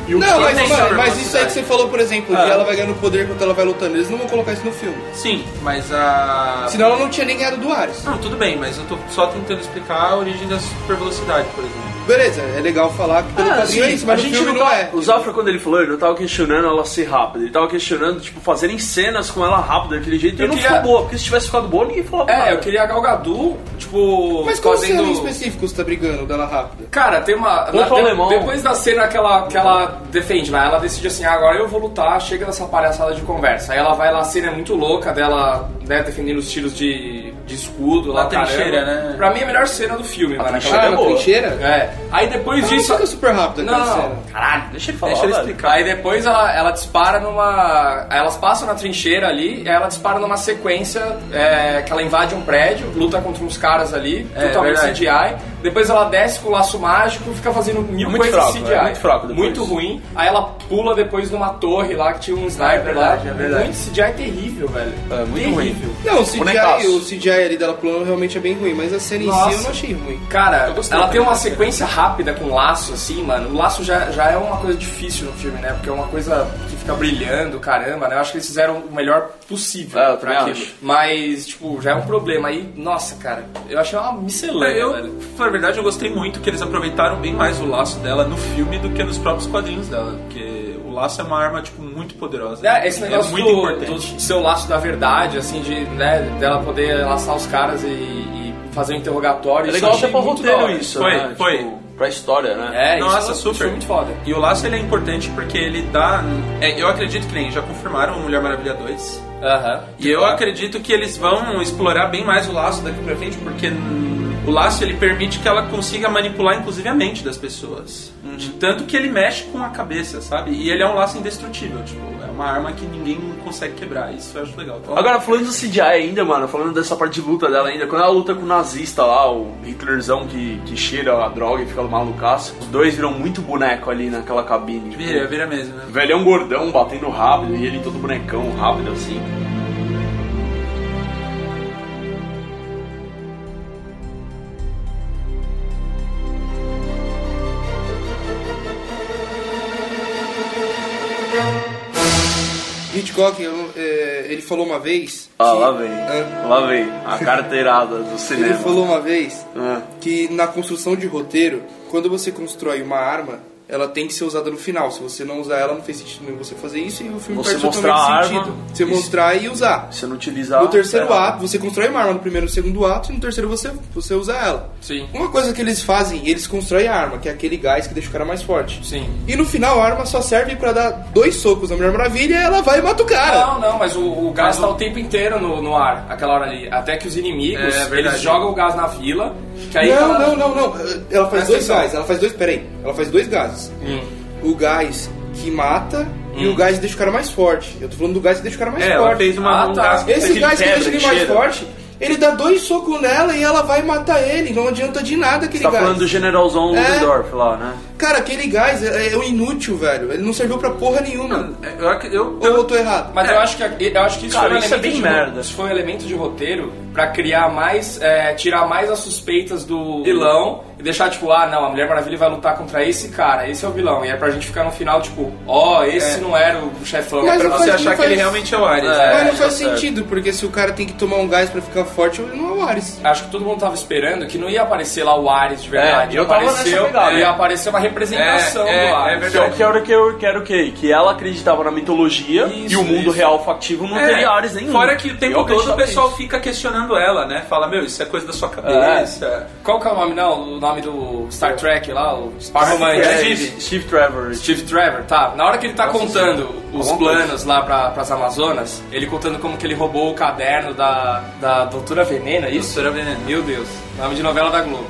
e o Não, mas, é tem mano, sobre mas a isso aí que você falou, por exemplo, Ah. que ela vai ganhando poder quando ela vai lutando. Eles não vão colocar isso no filme. Sim, mas Ah. a. Senão ela não tinha nem ganhado do Ares. Não, tudo bem, mas eu tô só tentando explicar a origem da super velocidade, por exemplo. Beleza, é legal falar que pelo Ah, quadrinho é sim, isso, mas a no gente filme não não tá- é. O Zafra, quando ele falou, ele não tava questionando ela ser rápida. Ele tava questionando, tipo, fazerem cenas com ela rápida daquele jeito. E Eu não queria- ficou boa, porque se tivesse ficado boa, ninguém falava nada. É, eu queria a Gal Gadot, tipo, Mas qual cena em fazendo... específico você tá brigando dela rápida? Cara, tem uma. Vamos pro de- alemão. Depois da cena que ela, que ela defende lá, ela decide assim: ah, agora eu vou lutar, chega dessa palhaçada de conversa. Aí ela vai lá, a cena é muito louca dela, né, defendendo os tiros de, de escudo lá, Na caramba. trincheira, né? Pra mim é a melhor cena do filme, mano. Ah, trincheira é aquela- na boa. trincheira? É. Aí depois Ela não disso. fica super rápida Não, aquela não, cena. não. Caralho, Deixa ele falar, Deixa ele velho. explicar. Aí depois ela, ela dispara numa. aí Elas passam na trincheira ali, aí ela dispara numa sequência é, que ela invade um prédio, luta contra uns caras ali, É, totalmente verdade. CGI. Depois ela desce com o laço mágico, fica fazendo mil Muito coisas fraco, CGI. é muito fraco depois. Muito ruim. Aí ela pula depois numa torre lá que tinha um sniper verdade, lá. é verdade. Muito CGI terrível, velho. É, muito terrível. Não, o CGI, Bonecaço. o CGI ali dela pulando realmente é bem ruim, mas a cena em si eu Nossa. não achei ruim. Cara, gostei ela tem também uma dessa cena. sequência rápida com laço, assim, mano. O laço já, já é uma coisa difícil no filme, né? Porque é uma coisa que fica brilhando, caramba, né? Eu acho que eles fizeram o melhor possível É, eu pra também aquilo. acho. Mas, tipo, já é um problema. Aí, nossa, cara, eu achei uma miscelânea, É, Eu, velho. na verdade, eu gostei muito que eles aproveitaram bem mais o laço dela no filme do que nos próprios quadrinhos dela. Porque o laço é uma arma, tipo, muito poderosa. Né, esse negócio é muito do, importante. do seu laço da verdade, assim, de, né, dela poder laçar os caras e, e fazer um interrogatório. É isso legal eu achei até pra muito da roteiro hora. isso, Foi, né? foi. Tipo, pra história, né? É, Nossa, isso, Isso super. foi muito foda. E o laço ele é importante porque ele dá. é, eu acredito que nem já confirmaram Mulher Maravilha 2. Aham. E eu acredito que eles vão explorar bem mais o laço daqui pra frente, porque hum, o laço ele permite que ela consiga manipular inclusive a mente das pessoas. De tanto que ele mexe com a cabeça, sabe? E ele é um laço indestrutível, tipo, é uma arma que ninguém consegue quebrar. Isso eu acho legal. Então, Agora, falando do CGI ainda, mano, falando dessa parte de luta dela ainda, quando ela luta com o nazista lá, o Hitlerzão que, que cheira a droga e fica malucaço, os dois viram muito boneco ali naquela cabine. vira, vira mesmo, né? Velhão gordão batendo rápido e ele todo bonecão rápido assim. Hitchcock, eu- é, ele falou uma vez. Ah, que- lá vem. É, Lá vem. A carteirada do cinema. ele falou uma vez Ah. que na construção de roteiro, quando você constrói uma arma, ela tem que ser usada no final. Se você não usar ela, não fez sentido nenhum você fazer isso e o filme Você perde mostrar a totalmente arma, sentido. Você isso. mostrar e usar. Você não utilizar. No terceiro é. ato, você constrói uma arma no primeiro e no segundo ato, e no terceiro você, você usa ela. Sim. Uma coisa que eles fazem, eles constroem a arma, que é aquele gás que deixa o cara mais forte. Sim. E no final a arma só serve pra dar dois socos na Mulher Maravilha e ela vai e mata o cara. Não, não, mas o, o gás tá o tempo inteiro no, no ar, aquela hora ali. Até que os inimigos, É, verdade. eles jogam o gás na vila, que aí não, ela- não, não, não. Ela faz Presta dois atenção. gases, ela faz dois. Peraí, ela faz dois gases. O gás que mata e o gás que deixa o cara mais forte. Eu tô falando do gás que deixa o cara mais É, forte. ela fez uma Ah, um tá. gás que Esse fez gás que pedra, deixa ele que mais cheira. forte, ele dá dois socos nela e ela vai matar ele. Não adianta de nada aquele Você tá gás. falando do generalzão É. Ludendorff lá, né? Cara, aquele gás é, é um inútil, velho. Ele não serviu pra porra nenhuma. Eu, ac- eu, Ou eu tô errado? Mas eu acho que, eu acho que isso, Cara, foi um isso é elemento bem de, merda. Isso foi um elemento de roteiro pra criar mais. é, tirar mais as suspeitas do vilão e deixar, tipo, ah, não, a Mulher Maravilha vai lutar contra esse cara, esse é o vilão. E é pra gente ficar no final, tipo, ó, esse não era o chefão. Mas É pra não você faz- achar que ele realmente é o Ares. né? Mas não faz tá certo. sentido, porque se o cara tem que tomar um gás pra ficar forte, ele não é o Ares. Acho que todo mundo tava esperando que não ia aparecer lá o Ares de verdade. É, eu tava nessa apareceu, pegada, ia é. aparecer uma representação É, é, do Ares. Só é verdade. que a hora que eu quero o quê? Que ela acreditava na mitologia e Isso, o mundo isso. real factivo não É, teria Ares nenhum. Fora que o tempo um. Eu todo o acreditava pessoal nisso. fica questionando ela, né? Fala, meu, isso é coisa da sua cabeça. Qual que é o nome, não? O nome do Star Trek lá, o Star Romance. É, Steve. Steve, Steve Trevor. Steve Trevor, tá. Na hora que ele tá contando os planos lá pra, pras Amazonas, ele contando como que ele roubou o caderno da, da Doutora Veneno, é isso? Doutora Veneno. Meu Deus, nome de novela da Globo.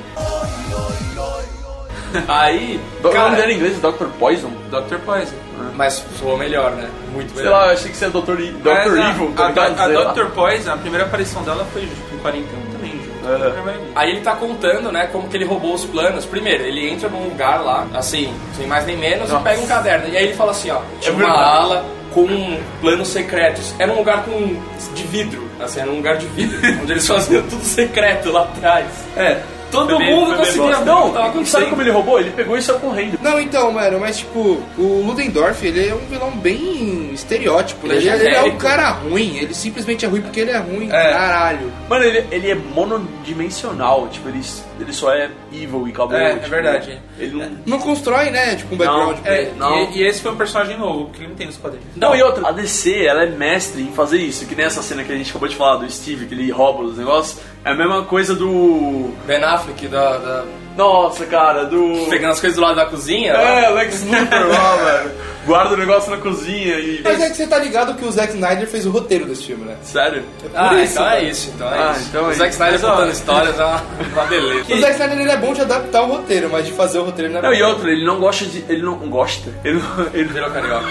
Aí, Do- o nome cara, dele em inglês é Dr. Poison? Dr. Poison. mas soou melhor, né? Muito Sei melhor. lá, eu achei que você é Dr. E- Dr. Mas a- Evil. A, tá ligado? a, Sei lá. Dr. Poison, a primeira aparição dela foi junto com 41 também, tipo, junto com a Aham. Mulher Maravilha. Aí ele tá contando, né, como que ele roubou os planos. Primeiro, ele entra num lugar lá, assim, sem mais nem menos, e pega um caderno. E aí ele fala assim, ó, tinha uma verdade. ala com planos secretos. Era um lugar com de vidro. Assim, era um lugar de vidro, onde eles faziam tudo secreto lá atrás. É. Todo Foi bem- mundo foi bem conseguia bosta. ver o que tava Não, sabe acontecendo. como ele roubou? Ele pegou e saiu correndo. Não, então, mano, mas tipo, o Ludendorff, ele é um vilão bem estereótipo, né? Ele, Ele é ele é um genérico. cara ruim, ele simplesmente é ruim porque ele é ruim, É. caralho. Mano, ele, ele é monodimensional, tipo, ele, ele só é evil e acabou. É, é tipo, verdade. Ele não... Não constrói, né, tipo, um background Não, pra É, ele. Não. E, e esse foi um personagem novo, que ele não tem nos quadrinhos. Não, e outra, a DC, ela é mestre em fazer isso, que nessa cena que a gente acabou de falar do Steve, que ele rouba os negócios, é a mesma coisa do... Ben Affleck da, da- Nossa, cara, do... pegando as coisas do lado da cozinha. lá. É, Lex Luthor lá, velho. Guarda o negócio na cozinha e... Mas é que você tá ligado que o Zack Snyder fez o roteiro desse filme, né? Sério? Ah, Por isso, então é cara. isso, então é Ah, isso. então é o isso. Zack Snyder Mas, ó, contando histórias é uma, uma beleza. O Zack Snyder, ele é bom de adaptar o roteiro, mas de fazer o roteiro não é Não, e bom. outra, ele não gosta de... Ele não gosta? Ele não... Ele, Virou carioca.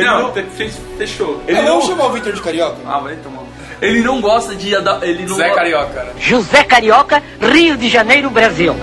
Não, fe- fe- fechou. ele Ah, não... Vamos chamar o Victor de carioca? Ah, vai tomar. um- Ele não gosta de... Ada... Ele não Zé go- Carioca, né? José Carioca, Rio de Janeiro, Brasil.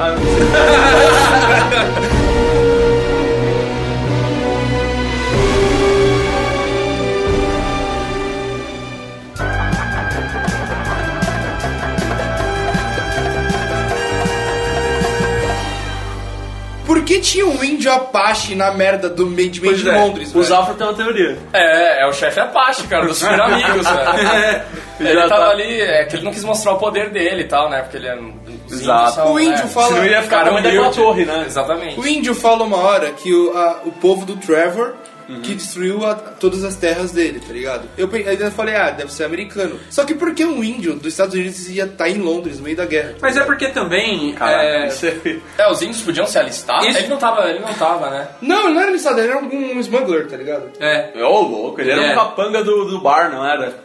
Por que tinha um índio Apache na merda do Made Man Pois de é, Londres, o velho? Zafra tem uma teoria. É, é o chefe Apache, cara, dos super amigos, velho. Ele Já tava tá- ali, é que ele não quis mostrar o poder dele e tal, né? Porque ele é um. os Exato. índios são, O índio é, fala- senão ia ficar Cada um é daquela humilde. torre, né? Exatamente. O índio fala uma hora que o, a- o povo do Trevor que destruiu a- todas as terras dele, tá ligado? Eu pe- aí eu falei, ah, deve ser americano. Só que por que um índio dos Estados Unidos ia estar em Londres no meio da guerra? Mas é porque também. é, Caralho, isso é... É, os índios podiam se alistar? Isso. Ele não tava, ele não tava, né? Não, ele não era alisado, ele era algum smuggler, tá ligado? é, Ô, louco, ele era É. um capanga do, do bar, não era?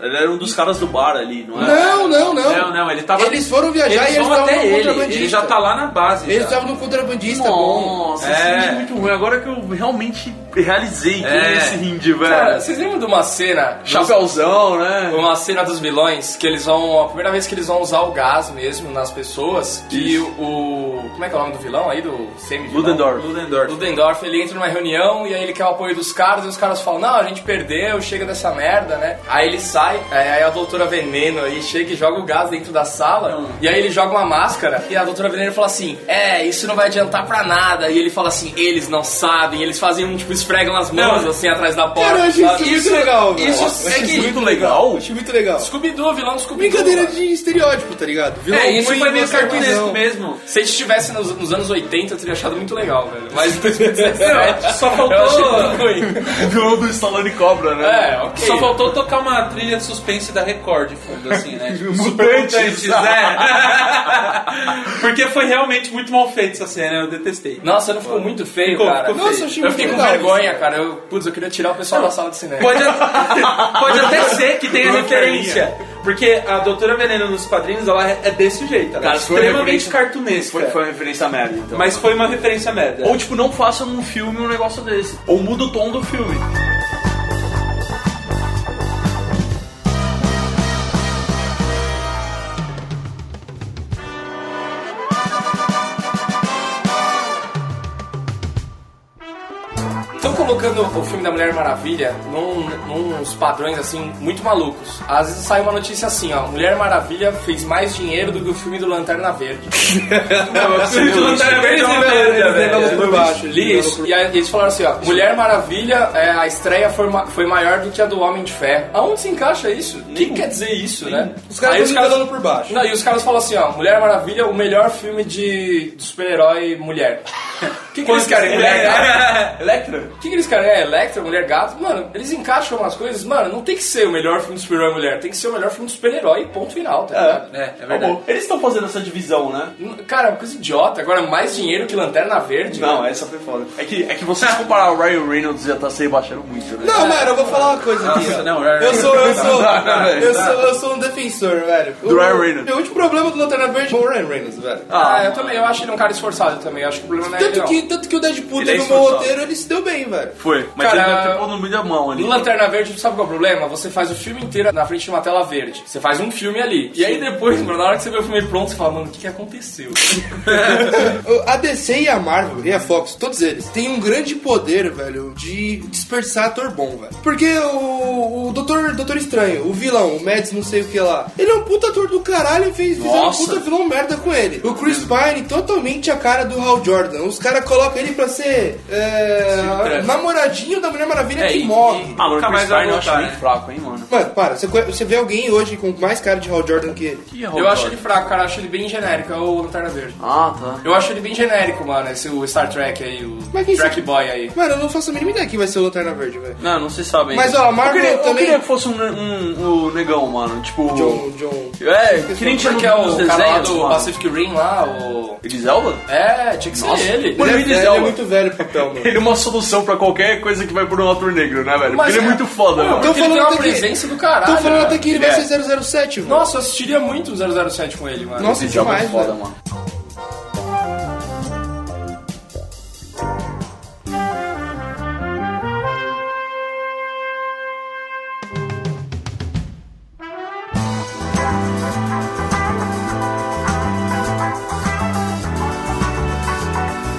Ele era um dos caras do bar ali, não era? Não, não, não. Não, não, ele tava- Eles foram viajar eles e eles vão estavam até no ele. contrabandista. Ele já tá lá na base. Eles já. estavam no contrabandista bom. Nossa, esse É. índio é muito ruim. Agora que eu realmente realizei quem é É. esse índio, velho. Cara, vocês lembram de uma cena. Chapeuzão, né? Uma cena dos vilões que eles vão. A primeira vez que eles vão usar o gás mesmo nas pessoas. Que o. Como é que é o nome do vilão aí? Do semi-vilão? Ludendorff. Ludendorff. Ludendorff, ele entra numa reunião e aí ele quer o apoio dos caras e os caras falam, não, a gente perdeu, chega dessa merda, né? Aí ele sai, é, aí a doutora Veneno aí chega e joga o gás dentro da sala e aí ele joga uma máscara e a doutora Veneno fala assim, é, isso não vai adiantar pra nada. E ele fala assim, eles não sabem, eles fazem um, tipo, esfregam as mãos assim atrás da porta. Cara, eu achei isso sabe? muito legal, velho. Isso Nossa, é que... muito legal. Achei muito legal. Scooby-Doo, vilão do Scooby-Doo. Brincadeira mano. de estereótipo, tá ligado? Vilão É, isso ruim, foi meio vilão Cartunesco vilão. mesmo. Se a gente estivesse nos, nos anos 80, eu teria achado muito legal, velho. Mas em 2017... É, Só Eu achei faltou. muito ruim. Virou do Stallone Cobra, né? É, ok. Só faltou tocar uma trilha de suspense da Record, de fundo, assim, né? Tipo, Mutantes. mutantes, né? Porque foi realmente muito mal feito essa cena, eu detestei. Nossa, não ficou muito feio, Ficou, cara. ficou feio. Nossa, achei eu fiquei muito com legal vergonha, isso. cara. Eu, putz, eu queria tirar o pessoal da sala de cinema. Pode, a- pode até ser que tenha referência. Porque a Doutora Veneno nos quadrinhos, ela é desse jeito. Ela é Cara, foi uma extremamente referência- cartunesca. Foi, foi uma referência merda, então. Mas foi uma referência merda. Ou tipo, não faça num filme um negócio desse. Ou muda o tom do filme. Estão colocando o filme da Mulher Maravilha num, nos padrões, assim, muito malucos. Às vezes sai uma notícia assim, ó. Mulher Maravilha fez mais dinheiro do que o filme do Lanterna Verde. Filme do Lanterna Verde é uma merda, velho. por baixo. Li isso. um E aí eles falaram assim, ó. Mulher Maravilha, é, a estreia foi, ma- foi maior do que a do Homem de Ferro. Aonde se encaixa isso? O que quer dizer isso, né? Os caras Aí estão nivelando por baixo. Não, e os caras falam assim, ó, Mulher Maravilha, o melhor filme de, de super-herói mulher. O que, que eles querem? Mulher gato? Electra? O que, que eles querem? É, Electra, mulher gato? Mano, eles encaixam umas coisas, mano, não tem que ser o melhor filme de super-herói mulher, tem que ser o melhor filme de super-herói, ponto final, tá ligado? É, é verdade. Bom, eles estão fazendo essa divisão, né? Cara, é uma coisa idiota, agora mais dinheiro que Lanterna Verde. Não, né? essa foi foda. É que, é que vocês comparar o Ryan Reynolds já tá se rebaixando muito, né? Não, mano, eu vou falar uma coisa aqui. Nossa, ó. não, eu sou, eu sou, Não, não, não, eu não. sou, eu sou um defensor, velho. Do Ryan O- Reynolds. O último problema do Lanterna Verde é o Ryan Reynolds, velho. Ah, eu também, eu acho ele um cara esforçado também. Eu acho que o problema não é Tanto não. que, tanto que o Deadpool Ele teve é um bom insuportável. roteiro, ele se deu bem, velho. Foi, mas Cara, ele deve ter pôr no meio da mão ali. No Lanterna Verde, sabe qual é o problema? Você faz o filme inteiro na frente de uma tela verde. Você faz um filme ali. E aí depois, mano, na hora que você vê o filme pronto, você fala, mano, o que, que aconteceu? A DC e a Marvel e a Fox, todos eles, têm um grande poder, velho, de dispersar ator bom, velho. Porque o, o Doutor, Doutor Estranho, o vilão, o Mads não sei o que lá, ele é um puta ator do caralho e fez fizeram um Nossa. puta vilão merda com ele. O Chris Pine, totalmente a cara do Hal Jordan. Os caras colocam ele pra ser é, namoradinho da Mulher Maravilha que e- morre. Ah, mano, Nunca o Chris mais vai Pine eu acho voltar, bem né? fraco, hein, mano. Mano, para, você, conhe- você vê alguém hoje com mais cara de Hal Jordan que ele. Eu acho ele fraco, cara. Eu acho ele bem genérico. É o Lanterna Verde. Ah, tá. Eu acho ele bem genérico, mano. Esse o Star Trek aí, o Mas quem Track se- Boy aí. Mano, eu não faço a mínima ideia que vai ser o Lanterna Verde, velho. Não, não se sabe ainda. Mas, ó, a Marvel eu queria, eu também- queria que fosse um, ne- um, um negão, mano. Tipo. John, John. É, que nem tinha Como é no- que é nos o cara lá desenhos, do mano. Pacific Rim lá, o... Griselda? É, tinha que ser ele. Mano, Ele é, Idris velho, ele é Elba. muito velho pro papel, mano. Ele é uma solução pra qualquer coisa que vai por um ator negro, né, velho? Mas Porque ele é é- muito foda, Pô, mano. Tão Porque ele tem falando uma até que- presença do caralho. Tô falando até velho. que ele É. vai ser 007, velho. Nossa, eu assistiria muito o 007 com ele, mano. Nossa, Griselda demais, é foda, velho. mano.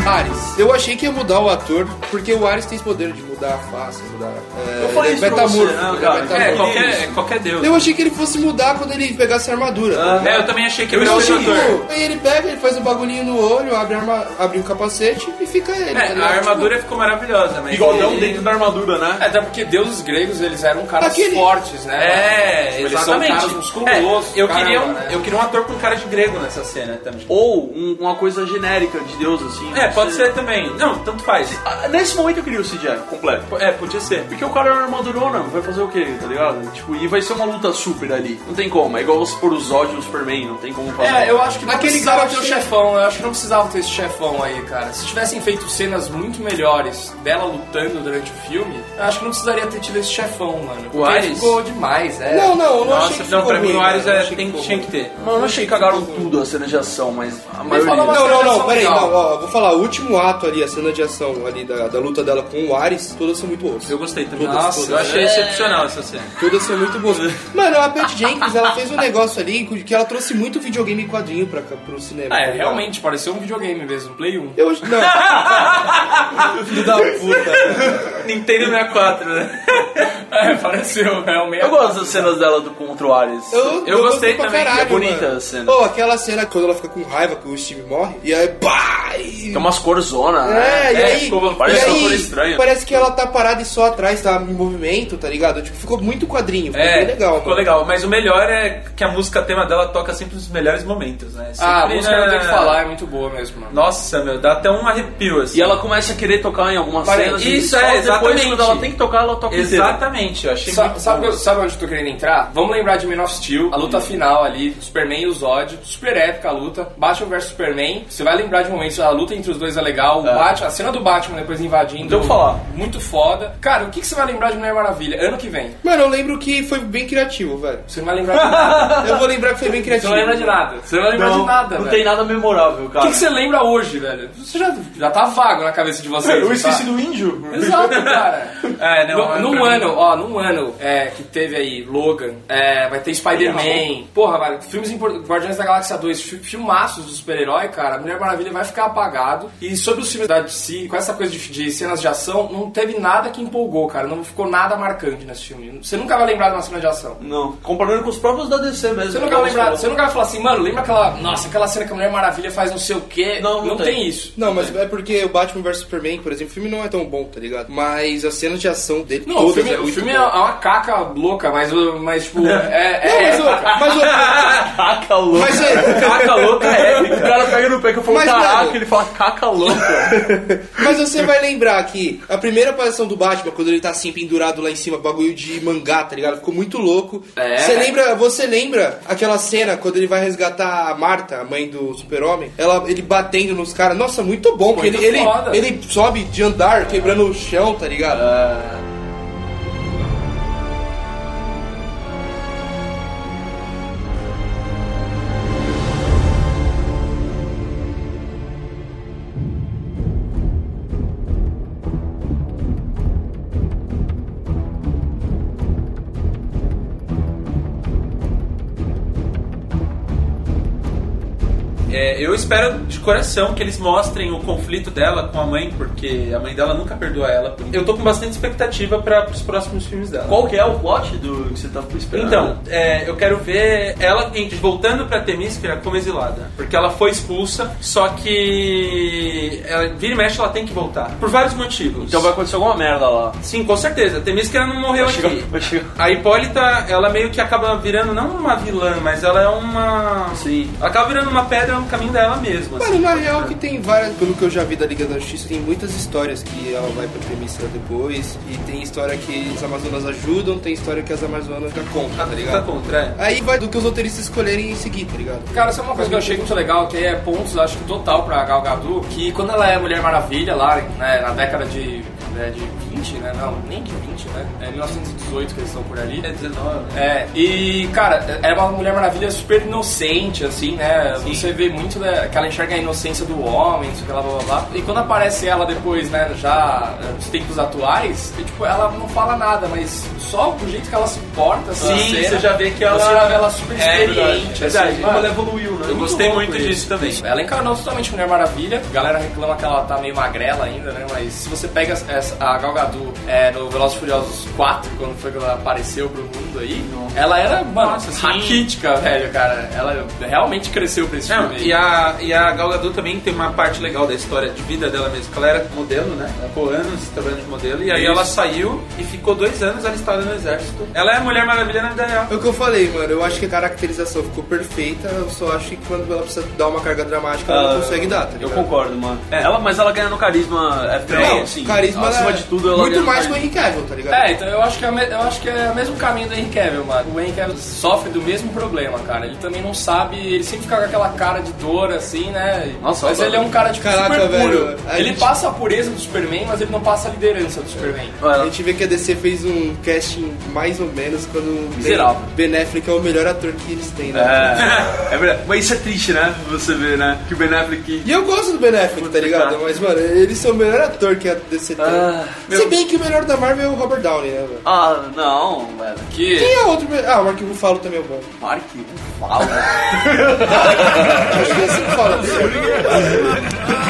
Ares. Eu achei que ia mudar o ator, porque o Ares tem esse poder de mudar a face, mudar. É, Eu falei ele é isso pra você, metamorfo, né, ele é cara? É, metamorfo. qualquer, qualquer deus. Eu achei que ele fosse mudar quando ele pegasse a armadura. Ah. É, eu também achei que Ele ele era tipo, outro ator. aí ele pega, ele faz um bagulhinho no olho, abre, a arma, abre o capacete e fica ele. tá É, a ligado? armadura ficou maravilhosa, mas. Bigodão ele- um dentro da armadura, né? É, Até porque deuses gregos, eles eram caras Aquele- fortes, né? É, Eles são exatamente. caras musculosos, É, eu, caramba, queria um, né? eu queria um ator com cara de grego nessa cena também. Ou um- uma coisa genérica de Deus, assim. É, não pode sei. ser também. Não, tanto faz. Ah, Nesse momento eu queria o CGI completo. É, podia ser. Porque o cara é uma armadurona, vai fazer o quê, tá ligado? Tipo, e vai ser uma luta super ali. Não tem como, é igual você pôr os ódios do Superman, não tem como fazer. É, eu acho que não Aquele precisava cara ter o que- chefão, eu acho que não precisava ter esse chefão aí, cara. Se tivessem feito cenas muito melhores dela lutando durante o filme, eu acho que não precisaria ter tido esse chefão, mano. Porque Ares? ficou demais, é. Tipo, Não, não, eu não achei Nossa, que não, ficou pra mim ruim, o Ares velho. Eu é, achei que tem, ficou tinha ruim. que ter. Mano, eu achei que cagaram tudo a cena de ação, mas a fala uma- maioria... Não, não, Ação não, peraí, legal. não, ó, vou falar, o último ato ali, a cena de ação ali da, da luta dela com o Ares, todas são muito boas. Eu gostei também. Todas, eu todas. achei excepcional essa cena. Todas são muito boas. né? Mano, a Pat Jenkins, ela fez um negócio ali que ela trouxe muito videogame e quadrinho pra, cá- pro cinema. Ah, tá é, ligado? realmente, pareceu um videogame mesmo, Play 1. Eu acho. Não. Filho da puta. cara. Nintendo 64, né? é, pareceu, é o meio. Eu gosto das cenas dela do assim. contra o Ares. Eu gostei pra também, que é caralho, bonita mano. a cena. Pô, aquela cena quando ela fica com raiva que o Steve morre, e aí pá! E... Tem umas corzonas, É, né? e aí, ficou- e parece uma cor aí estranha. parece que ela tá parada e só atrás tá em movimento, tá ligado? Tipo, ficou muito quadrinho, ficou É, bem legal. né? ficou mano. legal. Mas o melhor é que a música tema dela toca sempre nos melhores momentos, né? Sempre Ah, a música não na- tem o que falar, é muito boa mesmo, mano. Nossa, meu, dá até um arrepio, assim. E ela começa a querer tocar em algumas Parece- cenas. Isso, e só é, Depois, exatamente. quando ela tem que tocar, ela toca inteira. Exatamente, eu achei Sa muito sabe, bom. sabe onde eu tô querendo entrar? Vamos lembrar de Man of Steel, a luta Hum. final ali, Superman e o Zod, super épica a luta, Batman vs Superman, você vai lembrar de momentos, a luta entre os dois é legal, o Batman, a cena do Batman depois invadindo, Então eu vou falar. muito foda. Cara, o que, que você vai lembrar de Mulher Maravilha? Ano que vem. Mano, eu lembro que foi bem criativo, velho. Você não vai lembrar de nada. Eu vou lembrar que foi bem Você criativo. não lembra de nada. Você não vai lembrar de nada, Então, não tem velho. nada memorável, O cara. que, que você lembra hoje, velho? Você já, já tá vago na cabeça de vocês. Eu não esqueci tá? do índio. Exato, cara. É, não, No- é num pra mim. ano, ó, num ano é, que teve aí Logan, é, vai ter Spider-Man. Porra, velho, filmes importantes. Guardiões da Galáxia 2, fi- filmaços do super-herói, cara. Mulher Maravilha vai ficar apagado. E sobre os filmes da DC, com essa coisa de, de cenas de ação, não teve nada que empolgou, cara. Não ficou nada marcante nesse filme. Você nunca vai lembrar de uma cena de ação. Não, comparando com os próprios da DC mesmo. Então Você nunca vai lembrar, você nunca vai falar assim, mano, lembra aquela. Nossa, aquela cena que a Mulher Maravilha faz não sei o quê. Não, não tem. tem. isso. Não, mas é porque o Batman vs Superman, por exemplo, o filme não é tão bom, tá ligado? Mas as cenas de ação dele Não, o todas filme, é o muito filme é bom. uma caca louca, mas, o- mas tipo, é. Não, é mas o... Mas o... Caca louca. Mas o... Caca louca é épica. O cara pega no pé que eu falo, Mas, caraca, mano- ele fala caca louca. Mas você vai lembrar que a primeira aparição do Batman, quando ele tá assim pendurado lá em cima, bagulho de mangá, tá ligado? Ficou muito louco. É. Você lembra, você lembra aquela cena quando ele vai resgatar a Marta, a mãe do Super-Homem? Ela ele batendo nos caras. Nossa, muito bom, porque Muito ele, ele foda. ele sobe de andar, quebrando o chão, tá ligado? É. É, eu espero de coração que eles mostrem o conflito dela com a mãe, porque a mãe dela nunca perdoa ela. Eu tô com bastante expectativa para os próximos filmes dela. Qual que é o plot do que você tá esperando? Então, é, eu quero ver ela em- voltando pra Temíscara é como exilada. Porque ela foi expulsa, só que ela, vira e mexe, ela tem que voltar. Por vários motivos. então vai acontecer alguma merda lá. Sim, com certeza. Temíscara não morreu Vai aqui. chegar- vai chegar- A Hipólita, ela meio que acaba virando, não uma vilã, mas ela é uma... Sim. Ela acaba virando uma pedra no caminho dela mesma. assim. Mano, na real que tem várias, pelo que eu já vi da Liga da Justiça, tem muitas histórias que ela vai pra premissa depois, e tem história que as Amazonas ajudam, tem história que as Amazonas tá contra, tá Tá ligado? contra, é. Aí vai do que os roteiristas escolherem em seguir, tá ligado? Cara, sabe uma coisa que eu achei muito legal, que é pontos, acho que total pra Gal Gadot, que quando ela é Mulher Maravilha lá, né, na década de, né, de 20, né, não, nem que 20, né, é 1918 que eles estão por ali. É 19. É, e, cara, é uma Mulher Maravilha super inocente, assim, né? Você vê muito né, que ela enxerga a inocência do homem, isso que ela blá blá blá. E quando aparece ela depois, né, já é, nos tempos atuais, e, tipo, ela não fala nada, mas só o jeito que ela se porta, assim, Sim, na cena, você já vê que ela- Você já vê ela super É, experiente, verdade. assim, Verdade, mano. ela evoluiu, né? Eu gostei muito disso também. Ela encarnou totalmente Mulher Maravilha. A galera reclama que ela tá meio magrela ainda, né? Mas se você pega essa- a Gal Gadot é, no Velozes e Furiosos 4, quando foi que ela apareceu pro mundo aí, ela era, mano, Nossa, sim. raquítica, velho, cara. Ela realmente cresceu pra esse Não, filme. aí. e a, e a Gal Gadot também tem uma parte legal da história de vida dela mesmo, que ela era modelo, né? Ela Ficou anos trabalhando de modelo, e aí Isso. ela saiu e ficou dois anos alistada no exército. Ela é a Mulher Maravilha na vida real. É o que eu falei, mano. Eu acho que a caracterização ficou perfeita. Eu só acho que quando ela precisa dar uma carga dramática, ela Ah, não consegue dar. Tá Eu ligado? concordo, mano. Ela, mas ela ganha no carisma F3, Não, assim. carisma Acima é ela- de tudo, ela muito ganha no mais que o carisma. Henry Cavill, tá ligado? É, então eu acho, que é, o me- eu acho que é o mesmo caminho do Henry Cavill, mano. O Henry Cavill sofre do mesmo problema, cara. Ele também não sabe, ele sempre fica com aquela cara de dor, assim, né? Nossa, mas eu ele é um cara, tipo, Caraca, super puro. velho, a Ele gente- passa a pureza do Superman, mas ele não passa a liderança do Superman. A gente vê que a DC fez um casting mais ou menos quando o Miserável. Ben Ben Affleck é o melhor ator que eles têm, né? É, é verdade. Mas isso é triste, né? Você vê, né? Que o Ben Affleck... E eu gosto do Ben Affleck, tá ligado? Mas, mano, eles são o melhor ator que a DC tem. Ah, Se bem que o melhor da Marvel é o Robert Downey, né, velho? Ah, não, velho. Que... Quem é outro? Ah, o Mark Ruffalo também é bom. Mark, fala. Acho que é assim que fala.